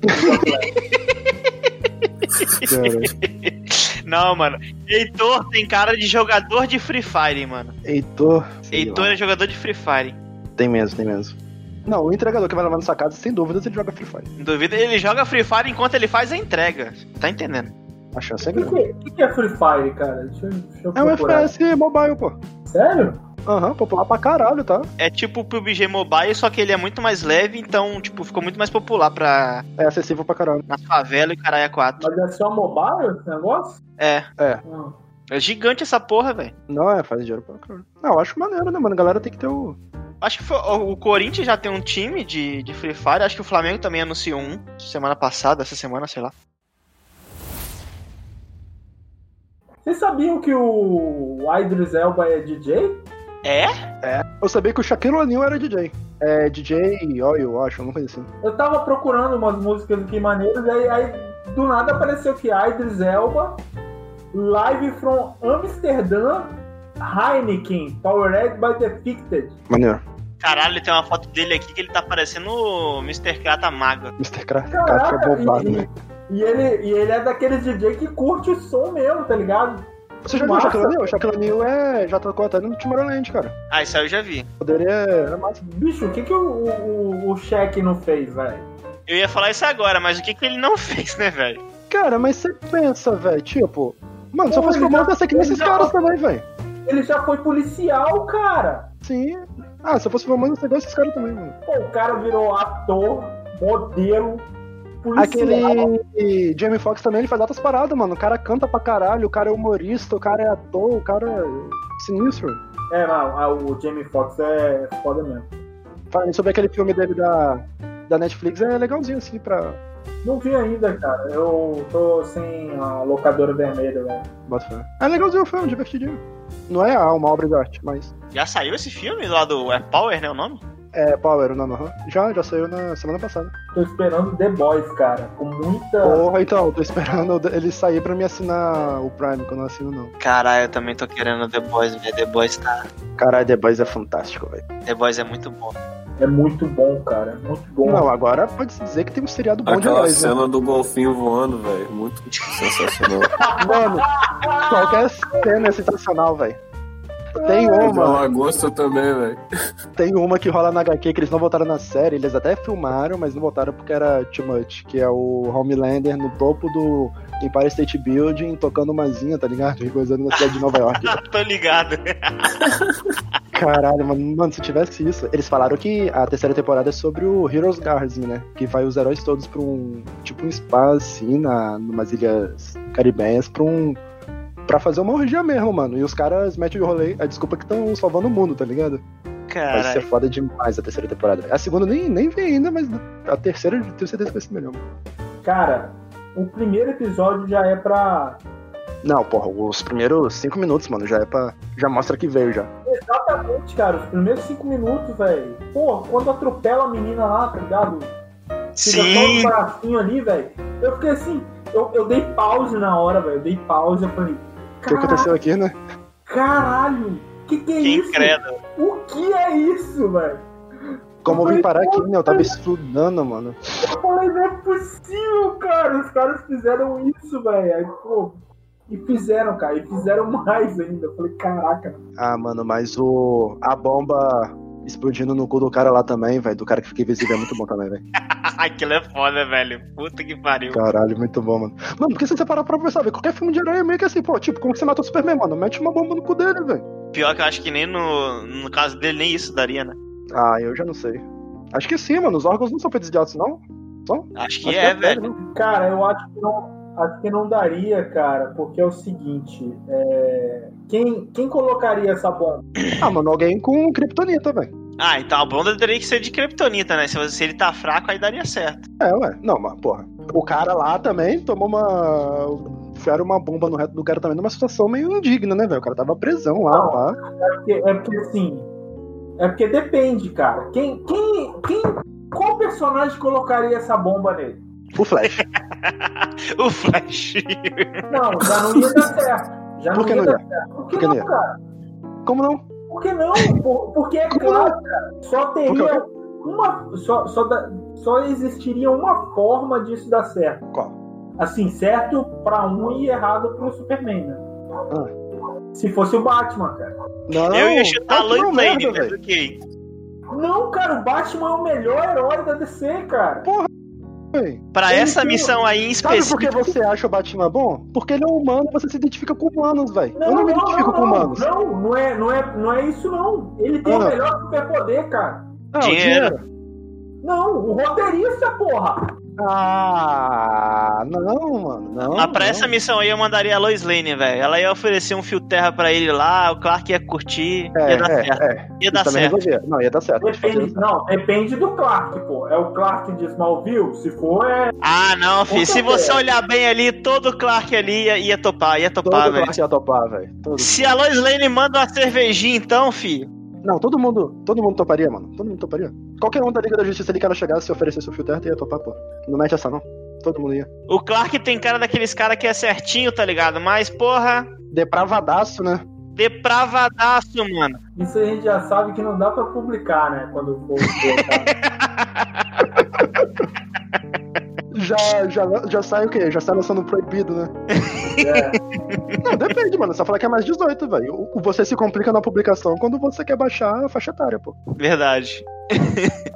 [SPEAKER 3] Cara,
[SPEAKER 1] Não, mano. Heitor tem cara de jogador de Free Fire, mano.
[SPEAKER 3] Heitor. sei
[SPEAKER 1] Heitor
[SPEAKER 3] lá.
[SPEAKER 1] é jogador de Free Fire.
[SPEAKER 3] Tem mesmo, tem mesmo. Não, o entregador que vai levar na sua casa, sem dúvidas, ele joga Free Fire.
[SPEAKER 1] Não duvida, ele joga Free Fire enquanto ele faz a entrega. Tá entendendo?
[SPEAKER 3] A chance é
[SPEAKER 2] O que,
[SPEAKER 3] grande.
[SPEAKER 2] que- que que é Free Fire, cara? Deixa, eu- deixa eu
[SPEAKER 3] É um
[SPEAKER 2] procurar.
[SPEAKER 3] FPS mobile, pô.
[SPEAKER 2] Sério?
[SPEAKER 3] Aham, popular pra caralho, tá?
[SPEAKER 1] É tipo o PUBG Mobile, só que ele é muito mais leve, então, tipo, ficou muito mais popular pra
[SPEAKER 3] É acessível pra caralho.
[SPEAKER 1] nas favelas e o caralho a 4.
[SPEAKER 2] Mas é só mobile esse negócio?
[SPEAKER 1] É.
[SPEAKER 3] É.
[SPEAKER 2] Hum.
[SPEAKER 1] É gigante essa porra, velho.
[SPEAKER 3] Não é, faz dinheiro pra caralho. Não, eu acho maneiro, né, mano? A galera tem que ter o.
[SPEAKER 1] Acho que foi- o Corinthians já tem um time de, de Free Fire. Acho que o Flamengo também anunciou um semana passada, essa semana, sei lá.
[SPEAKER 2] Vocês sabiam que o Idris Elba é DJ?
[SPEAKER 1] É?
[SPEAKER 3] Eu sabia que o Shaquille O'Neal era DJ. É, DJ Oil, eu acho, alguma coisa assim.
[SPEAKER 2] Eu tava procurando umas músicas aqui maneiras, aí, aí do nada apareceu que Idris Elba, Live from Amsterdã, Heineken, Powered by Depicted.
[SPEAKER 3] Maneiro.
[SPEAKER 1] Caralho, tem uma foto dele aqui que ele tá parecendo o Mr. Krata Maga.
[SPEAKER 3] Mr. Craft
[SPEAKER 2] Caraca,
[SPEAKER 3] é bombado,
[SPEAKER 2] e,
[SPEAKER 3] né?
[SPEAKER 2] e ele, e ele é daquele DJ que curte o som mesmo, tá ligado?
[SPEAKER 3] Você já viu o
[SPEAKER 2] massa.
[SPEAKER 3] Shaquille O'Neal? O Shaquille O'Neal é... já tocou até no Tomorrowland, cara.
[SPEAKER 1] Ah, isso aí eu já vi.
[SPEAKER 3] Poderia... É massa.
[SPEAKER 2] Bicho, o que, que o, o, o Shaq não fez, velho?
[SPEAKER 1] Eu ia falar isso agora, mas o que, que ele não fez, né, velho?
[SPEAKER 3] Cara, mas você pensa, velho, tipo. Mano, se eu
[SPEAKER 2] Pô,
[SPEAKER 3] fosse
[SPEAKER 2] ele
[SPEAKER 3] famoso,
[SPEAKER 2] já-
[SPEAKER 3] ia ser que
[SPEAKER 2] ele
[SPEAKER 3] nem esses
[SPEAKER 2] já-
[SPEAKER 3] caras também, velho.
[SPEAKER 2] Ele já foi policial, cara.
[SPEAKER 3] Sim. Ah, se eu fosse famoso, ia ser igual esses caras também, mano.
[SPEAKER 2] Pô, o cara virou ator, modelo, policial.
[SPEAKER 3] Aquele Jamie Foxx também, ele faz altas paradas, mano. O cara canta pra caralho, o cara é humorista, o cara é ator, o cara é sinistro.
[SPEAKER 2] É, não, ah, o Jamie Foxx é foda mesmo.
[SPEAKER 3] Falando sobre aquele filme dele da, da Netflix, é legalzinho, assim, pra...
[SPEAKER 2] Não vi ainda, cara. Eu tô sem a locadora vermelha, velho.
[SPEAKER 3] Bota fé. É legalzinho o filme, divertidinho. Não é uma obra de arte, mas...
[SPEAKER 1] Já saiu esse filme lá do. É Power, né? O nome?
[SPEAKER 3] É Power, o nome. aham. Já, já saiu na semana passada.
[SPEAKER 2] Tô esperando The Boys, cara. Com muita.
[SPEAKER 3] Porra, então, tô esperando ele sair pra me assinar o Prime, que eu não assino, não.
[SPEAKER 1] Caralho, eu também tô querendo The Boys, velho. The Boys tá.
[SPEAKER 3] Caralho, The Boys é fantástico, velho.
[SPEAKER 1] The Boys é muito bom.
[SPEAKER 2] É muito bom, cara. Muito bom.
[SPEAKER 3] Não, agora pode-se dizer que tem um seriado bom de
[SPEAKER 6] Aquela
[SPEAKER 3] heróis, né?
[SPEAKER 6] cena do golfinho voando, velho. Muito sensacional.
[SPEAKER 3] Mano, qualquer cena é sensacional, velho. Tem
[SPEAKER 6] O da
[SPEAKER 3] uma,
[SPEAKER 6] lagosta também, velho.
[SPEAKER 3] tem uma que rola na HQ que eles não botaram na série, eles até filmaram, mas não botaram porque era too much, que é o Homelander no topo do Empire State Building, tocando uma zinha, tá ligado? Rigozando na cidade de Nova York.
[SPEAKER 1] tô ligado.
[SPEAKER 3] Caralho, mano, mano, se tivesse isso. Eles falaram que a terceira temporada é sobre o Heroes Guardian, né? Que vai os heróis todos pra um. Tipo um spa, assim, na, numas ilhas caribenhas, pra um. Pra fazer uma orgia mesmo, mano. E os caras metem o rolê. A desculpa é que estão salvando o mundo, tá ligado? Vai ser
[SPEAKER 1] Caralho.
[SPEAKER 3] foda demais a terceira temporada. A segunda nem, nem vi ainda, mas a terceira eu tenho certeza que vai ser melhor.
[SPEAKER 2] Cara, o primeiro episódio já é pra.
[SPEAKER 3] Não, porra, os primeiros cinco minutos, mano, já é pra. Já mostra que veio já.
[SPEAKER 2] Exatamente, cara. Os primeiros cinco minutos, velho. Pô, quando atropela a menina lá, tá ligado? Fica
[SPEAKER 1] Sim.
[SPEAKER 2] só o bracinho ali, velho. Eu fiquei assim. Eu, eu dei pause na hora, velho. Eu dei pause. Eu falei.
[SPEAKER 3] O que aconteceu aqui, né?
[SPEAKER 2] Caralho! Que que é
[SPEAKER 1] Que
[SPEAKER 2] isso?
[SPEAKER 1] incrédulo.
[SPEAKER 2] O que é isso, velho?
[SPEAKER 3] Como eu vim parar aqui, né? Eu tava estudando, mano.
[SPEAKER 2] Eu falei, não é possível, cara. Os caras fizeram isso, velho. Aí, pô. E fizeram, cara. E fizeram mais ainda. Eu falei, caraca.
[SPEAKER 3] Ah, mano, mas o. A bomba explodindo no cu do cara lá também, velho. Do cara que fica invisível é muito bom também, velho.
[SPEAKER 1] Aquilo é foda, velho. Puta que pariu.
[SPEAKER 3] Caralho, muito bom, mano. Mano, porque se você parar pra pensar, velho, qualquer filme de herói é meio que assim, pô, tipo, como que você matou o Superman, mano? Mete uma bomba no cu dele, velho.
[SPEAKER 1] Pior que eu acho que nem no, no caso dele, nem isso daria, né?
[SPEAKER 3] Ah, eu já não sei. Acho que sim, mano. Os órgãos não são presidiados, não?
[SPEAKER 1] Acho que
[SPEAKER 3] Acho
[SPEAKER 1] é,
[SPEAKER 3] que
[SPEAKER 1] velho.
[SPEAKER 3] não.
[SPEAKER 2] Cara, eu acho que não. Acho que não daria, cara, porque é o seguinte, é, quem, quem colocaria essa bomba?
[SPEAKER 3] Ah, mano, alguém com kriptonita, velho.
[SPEAKER 1] Ah, então a bunda teria que ser de Kryptonita, né? Se, se ele tá fraco, aí daria certo.
[SPEAKER 3] É, ué. Não, mas, porra. O cara lá também tomou uma. Enfiaram uma bomba no reto do cara também numa situação meio indigna, né, velho? O cara tava presão lá,
[SPEAKER 2] Não.
[SPEAKER 3] pá.
[SPEAKER 2] Porque- é porque assim, é porque depende, cara. Quem, quem, quem, qual personagem colocaria essa bomba nele?
[SPEAKER 3] O Flash.
[SPEAKER 1] O Flash.
[SPEAKER 2] Não, já não ia dar certo. Já
[SPEAKER 3] Por que
[SPEAKER 2] não
[SPEAKER 3] não
[SPEAKER 2] ia
[SPEAKER 3] ia?
[SPEAKER 2] dar certo. Por
[SPEAKER 3] Por
[SPEAKER 2] que
[SPEAKER 3] que
[SPEAKER 2] não,
[SPEAKER 3] não ia?
[SPEAKER 2] cara?
[SPEAKER 3] Como não?
[SPEAKER 2] Por que não? Por- porque é
[SPEAKER 3] Como
[SPEAKER 2] claro, cara, só
[SPEAKER 3] Por que
[SPEAKER 2] teria uma. Só, só, da- só existiria uma forma disso dar certo.
[SPEAKER 3] Qual?
[SPEAKER 2] Assim, certo pra um e errado pro Superman, né?
[SPEAKER 3] Ah.
[SPEAKER 2] Se fosse o Batman, cara.
[SPEAKER 3] Não, não.
[SPEAKER 1] eu ia chutar
[SPEAKER 3] Batman é um
[SPEAKER 1] Lois Lane,
[SPEAKER 3] merda,
[SPEAKER 1] mas
[SPEAKER 3] velho.
[SPEAKER 1] ok.
[SPEAKER 2] Não, cara, o Batman é o melhor herói da DC, cara.
[SPEAKER 3] Véi,
[SPEAKER 1] Pra
[SPEAKER 2] Ele
[SPEAKER 1] essa
[SPEAKER 2] tem-
[SPEAKER 1] missão aí em
[SPEAKER 3] um- Sabe por que
[SPEAKER 1] específico.
[SPEAKER 3] você acha o Batman bom? Porque ele é humano e você se identifica com humanos, velho. Eu não me identifico
[SPEAKER 2] não,
[SPEAKER 3] com humanos.
[SPEAKER 2] Não, não é, não, é, não é isso, não. Ele tem o
[SPEAKER 3] Ah.
[SPEAKER 2] melhor superpoder, cara.
[SPEAKER 3] Ah, o
[SPEAKER 1] Dinheiro.
[SPEAKER 2] Não, o roteirista, porra.
[SPEAKER 3] Ah, não, mano. Não.
[SPEAKER 1] Mas Tá ah, pra
[SPEAKER 3] não.
[SPEAKER 1] essa missão aí eu mandaria a Lois Lane, velho. Ela ia oferecer um fio terra pra ele lá, o Clark ia curtir,
[SPEAKER 3] É,
[SPEAKER 1] ia dar
[SPEAKER 3] é,
[SPEAKER 1] certo.
[SPEAKER 3] é.
[SPEAKER 1] Ia
[SPEAKER 3] Isso
[SPEAKER 1] dar
[SPEAKER 3] também
[SPEAKER 1] certo.
[SPEAKER 3] resolvia. Não, ia dar certo. Acho que fazia
[SPEAKER 2] Depende,
[SPEAKER 3] isso.
[SPEAKER 2] não, depende do Clark, pô. É o Clark de Smallville? Se for, é.
[SPEAKER 1] Ah, não, filho.
[SPEAKER 2] Puta
[SPEAKER 1] Se você
[SPEAKER 2] merda.
[SPEAKER 1] olhar bem ali, todo Clark ali ia, ia topar, ia
[SPEAKER 3] Todo
[SPEAKER 1] topar, né? velho.
[SPEAKER 3] Clark ia topar, velho. Todo-
[SPEAKER 1] Se a Lois Lane manda uma cervejinha, então, filho.
[SPEAKER 3] Não, todo mundo, todo mundo toparia, mano. Todo mundo toparia. Qualquer um da Liga da Justiça ali que ela chegasse e oferecesse o fio terra, ia topar, pô. Não mete essa, não. Todo mundo ia.
[SPEAKER 1] O Clark tem cara daqueles cara que é certinho, tá ligado? Mas, porra,
[SPEAKER 3] Depravadaço, né?
[SPEAKER 1] depravadaço, mano.
[SPEAKER 2] Isso a gente já sabe que não dá pra publicar, né? Quando for.
[SPEAKER 3] Já, já, já sai o quê? Já sai lançando proibido, né?
[SPEAKER 2] é.
[SPEAKER 3] Não, depende, mano. Só falar que é mais 18, velho. O- Você se complica na publicação quando você quer baixar a faixa etária, pô.
[SPEAKER 1] Verdade.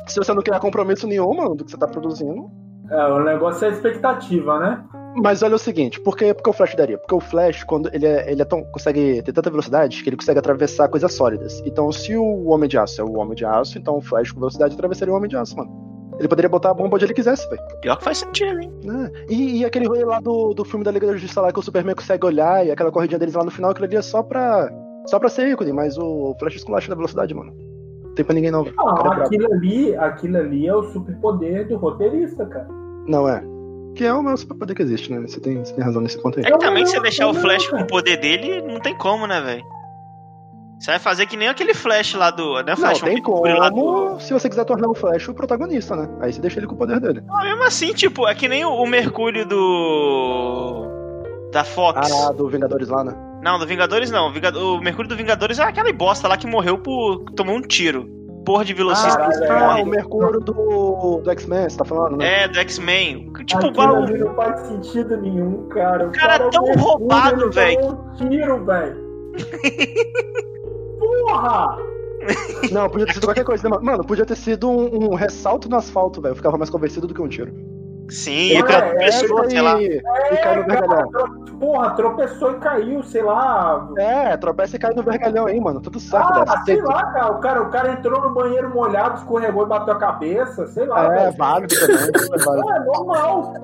[SPEAKER 3] Se você não criar compromisso nenhum, mano, do que você tá produzindo,
[SPEAKER 2] É, o negócio é a expectativa, né?
[SPEAKER 3] Mas olha o seguinte, por que, por que o Flash daria? Porque o Flash, quando ele, é, ele é tão, consegue ter tanta velocidade que ele consegue atravessar coisas sólidas. Então, se o Homem de Aço é o Homem de Aço, então o Flash com velocidade atravessaria o Homem de Aço, mano. Ele poderia botar a bomba onde ele quisesse, velho.
[SPEAKER 1] Pior que faz sentido, hein?
[SPEAKER 3] né? E, e aquele rolê lá do, do filme da Liga da Justiça lá que o Superman consegue olhar e aquela corridinha deles lá no final, aquilo ali é só pra, só pra ser ícone, mas o Flash esculacha da velocidade, mano. Não tem pra ninguém não, velho. O cara é
[SPEAKER 2] Ah,
[SPEAKER 3] brabo.
[SPEAKER 2] aquilo ali, aquilo ali é o superpoder do roteirista, cara.
[SPEAKER 3] Não é. Que é o meu superpoder que existe, né? Você tem, você tem razão nesse ponto aí.
[SPEAKER 1] É que também se
[SPEAKER 2] não,
[SPEAKER 1] deixar o
[SPEAKER 2] não,
[SPEAKER 1] Flash
[SPEAKER 2] cara.
[SPEAKER 1] com o poder dele, não tem como, né, velho? Você vai fazer que nem aquele Flash lá do. Não é
[SPEAKER 3] Não,
[SPEAKER 1] Flash, é um
[SPEAKER 3] tem
[SPEAKER 1] Mercúrio lá do-
[SPEAKER 3] como se você quiser tornar o Flash o protagonista, né? Aí você deixa ele com o poder dele.
[SPEAKER 1] Ah, mesmo assim, tipo, é que nem o, o Mercúrio do. Da Fox.
[SPEAKER 3] Ah, do Vingadores lá, né?
[SPEAKER 1] Não, do Vingadores não. O, Vingado- o Mercúrio do Vingadores é aquela bosta lá que morreu por. tomou um tiro. Porra de velocista
[SPEAKER 2] Ah,
[SPEAKER 1] que
[SPEAKER 2] é.
[SPEAKER 3] Ah,
[SPEAKER 1] morre.
[SPEAKER 3] o Mercúrio do, do X-Men, você tá falando, né?
[SPEAKER 1] É, do X-Men. Tipo, o
[SPEAKER 2] Aquilo
[SPEAKER 1] baú.
[SPEAKER 2] ali não faz sentido nenhum, cara. O
[SPEAKER 1] Cara, tão
[SPEAKER 2] mergulha,
[SPEAKER 1] roubado,
[SPEAKER 2] ele
[SPEAKER 1] velho.
[SPEAKER 2] dá Um tiro, velho. Porra!
[SPEAKER 3] Não, podia ter sido qualquer coisa, né? mano? Mano, podia ter sido um, um ressalto no asfalto, velho. Eu ficava mais convencido do que um tiro.
[SPEAKER 1] Sim, e o cara
[SPEAKER 2] É,
[SPEAKER 1] começou, sei lá.
[SPEAKER 3] e, e cai
[SPEAKER 2] cara.
[SPEAKER 3] no vergalhão.
[SPEAKER 2] Tro- Porra, tropeçou e caiu, sei lá.
[SPEAKER 3] É, tropeça e cai no vergalhão aí, mano. Tudo saco,
[SPEAKER 2] Ah,
[SPEAKER 3] dessa.
[SPEAKER 2] sei lá, cara. O, cara. o cara entrou no banheiro molhado, escorregou e bateu a cabeça, sei lá.
[SPEAKER 3] É,
[SPEAKER 2] velho.
[SPEAKER 3] válido também. é válido.
[SPEAKER 2] É normal.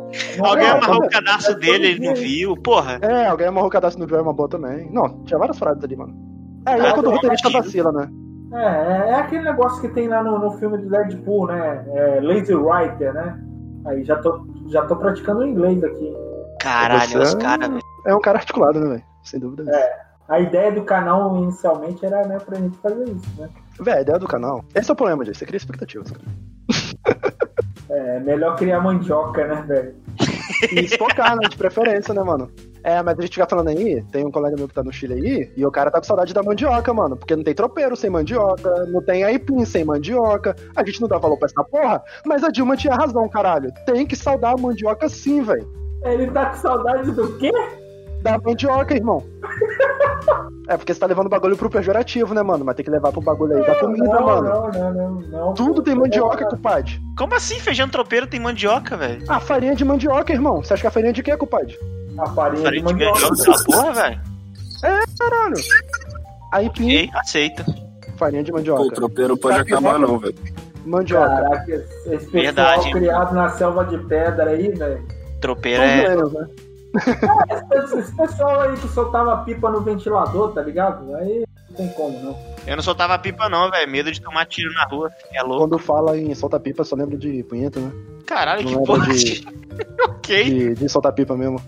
[SPEAKER 1] Alguém
[SPEAKER 3] Não,
[SPEAKER 1] amarrou
[SPEAKER 3] não,
[SPEAKER 1] o cadastro
[SPEAKER 2] não,
[SPEAKER 1] dele, ele
[SPEAKER 2] não,
[SPEAKER 1] não
[SPEAKER 2] não.
[SPEAKER 1] viu. Porra.
[SPEAKER 3] É, alguém amarrou o cadastro no Joe é uma boa também. Não, tinha várias paradas ali, mano. É, e é
[SPEAKER 2] Ah,
[SPEAKER 3] quando o
[SPEAKER 2] não,
[SPEAKER 3] roteirista
[SPEAKER 1] tiro.
[SPEAKER 3] vacila, né?
[SPEAKER 2] É, é, é aquele negócio que tem lá no, no filme do Deadpool, né? É, Lazy Writer, né? Aí já tô, já tô praticando inglês aqui.
[SPEAKER 1] Caralho,
[SPEAKER 3] Você
[SPEAKER 1] os
[SPEAKER 3] é-
[SPEAKER 1] caras, velho.
[SPEAKER 3] É um cara articulado, né, velho? Sem dúvida.
[SPEAKER 2] A ideia do canal inicialmente era né, pra gente fazer isso, né?
[SPEAKER 3] Véi, a ideia do canal. Esse é o problema, gente. Você cria expectativas. cara.
[SPEAKER 2] É melhor criar mandioca, né, velho?
[SPEAKER 3] E se focar, né? De preferência, né, mano? É, mas a gente fica falando aí, tem um colega meu que tá no Chile aí, e o cara tá com saudade da mandioca, mano. Porque não tem tropeiro sem mandioca, não tem aipim sem mandioca, a gente não dá valor pra essa porra, mas a Dilma tinha razão, caralho. Tem que saudar a mandioca sim, velho.
[SPEAKER 2] Ele tá com saudade do quê?
[SPEAKER 3] Da mandioca, irmão. É, porque você tá levando o bagulho pro pejorativo, né, mano? Mas tem que levar pro bagulho aí da comida,
[SPEAKER 2] não,
[SPEAKER 3] mano.
[SPEAKER 2] não, não, não, não.
[SPEAKER 3] tá Tudo tem mandioca, compadre.
[SPEAKER 1] Como assim feijão tropeiro tem mandioca, velho?
[SPEAKER 3] A farinha de mandioca, irmão. Você acha que a farinha de quê, compadre?
[SPEAKER 2] A farinha de
[SPEAKER 1] Farinha de
[SPEAKER 2] mandioca.
[SPEAKER 1] mandioca, essa porra, velho.
[SPEAKER 3] Caralho. Aipim,
[SPEAKER 1] Ok, aceito.
[SPEAKER 3] farinha de
[SPEAKER 6] Pô, o
[SPEAKER 3] mandioca.
[SPEAKER 6] tropeiro pode acabar, não, velho.
[SPEAKER 3] Mandioca.
[SPEAKER 2] Caraca, esse esse pessoal
[SPEAKER 1] Verdade.
[SPEAKER 2] criado na selva de pedra aí, velho.
[SPEAKER 1] Tropeiro
[SPEAKER 3] São os
[SPEAKER 1] é.
[SPEAKER 3] gênios, né?
[SPEAKER 2] Esse, esse pessoal aí que soltava pipa no ventilador, tá ligado? Aí não tem como, não.
[SPEAKER 1] Eu não soltava pipa, não, velho. Medo de tomar tiro na rua. É louco.
[SPEAKER 3] Quando fala em solta pipa, só lembro de punheta, né?
[SPEAKER 1] Caralho, que
[SPEAKER 3] Não
[SPEAKER 1] porra.
[SPEAKER 3] lembro
[SPEAKER 1] De...
[SPEAKER 3] de,
[SPEAKER 1] ok.
[SPEAKER 3] de, de soltar pipa mesmo.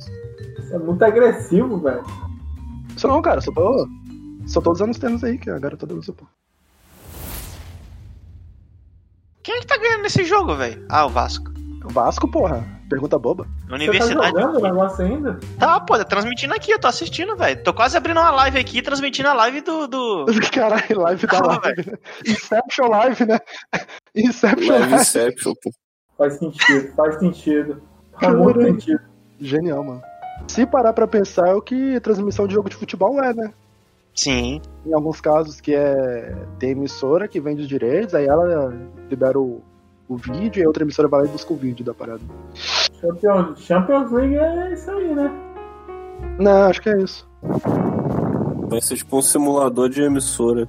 [SPEAKER 2] Isso é muito agressivo, velho.
[SPEAKER 3] Isso não, cara. Só tô, só tô usando os termos aí, que a garota usa, pô.
[SPEAKER 1] Quem é que tá ganhando nesse jogo, velho? Ah, o Vasco.
[SPEAKER 3] É Vasco, porra. Pergunta boba.
[SPEAKER 2] Você tá
[SPEAKER 1] Universidade.
[SPEAKER 2] jogando o negócio ainda?
[SPEAKER 1] Tá, pô, tá transmitindo aqui, eu tô assistindo, velho. Tô quase abrindo uma live aqui, transmitindo a live do.
[SPEAKER 3] Tá
[SPEAKER 1] do...
[SPEAKER 3] Caralho, live da
[SPEAKER 1] Ah,
[SPEAKER 3] live. né? Inception live, né? Inception
[SPEAKER 6] Live
[SPEAKER 3] live.
[SPEAKER 6] Inception, pô.
[SPEAKER 2] Faz sentido, faz sentido. Faz muito
[SPEAKER 3] Caramba.
[SPEAKER 2] sentido.
[SPEAKER 3] Genial, mano. Se parar pra pensar, é o que transmissão de jogo de futebol é, né?
[SPEAKER 1] Sim.
[SPEAKER 3] Em alguns casos que é. Tem emissora que vende os direitos, aí ela libera o, o vídeo e a outra emissora vai lá e busca o vídeo da parada.
[SPEAKER 2] Champions, Champions League é isso aí, né?
[SPEAKER 3] Não, acho que é isso.
[SPEAKER 6] Vai ser tipo um simulador de emissora.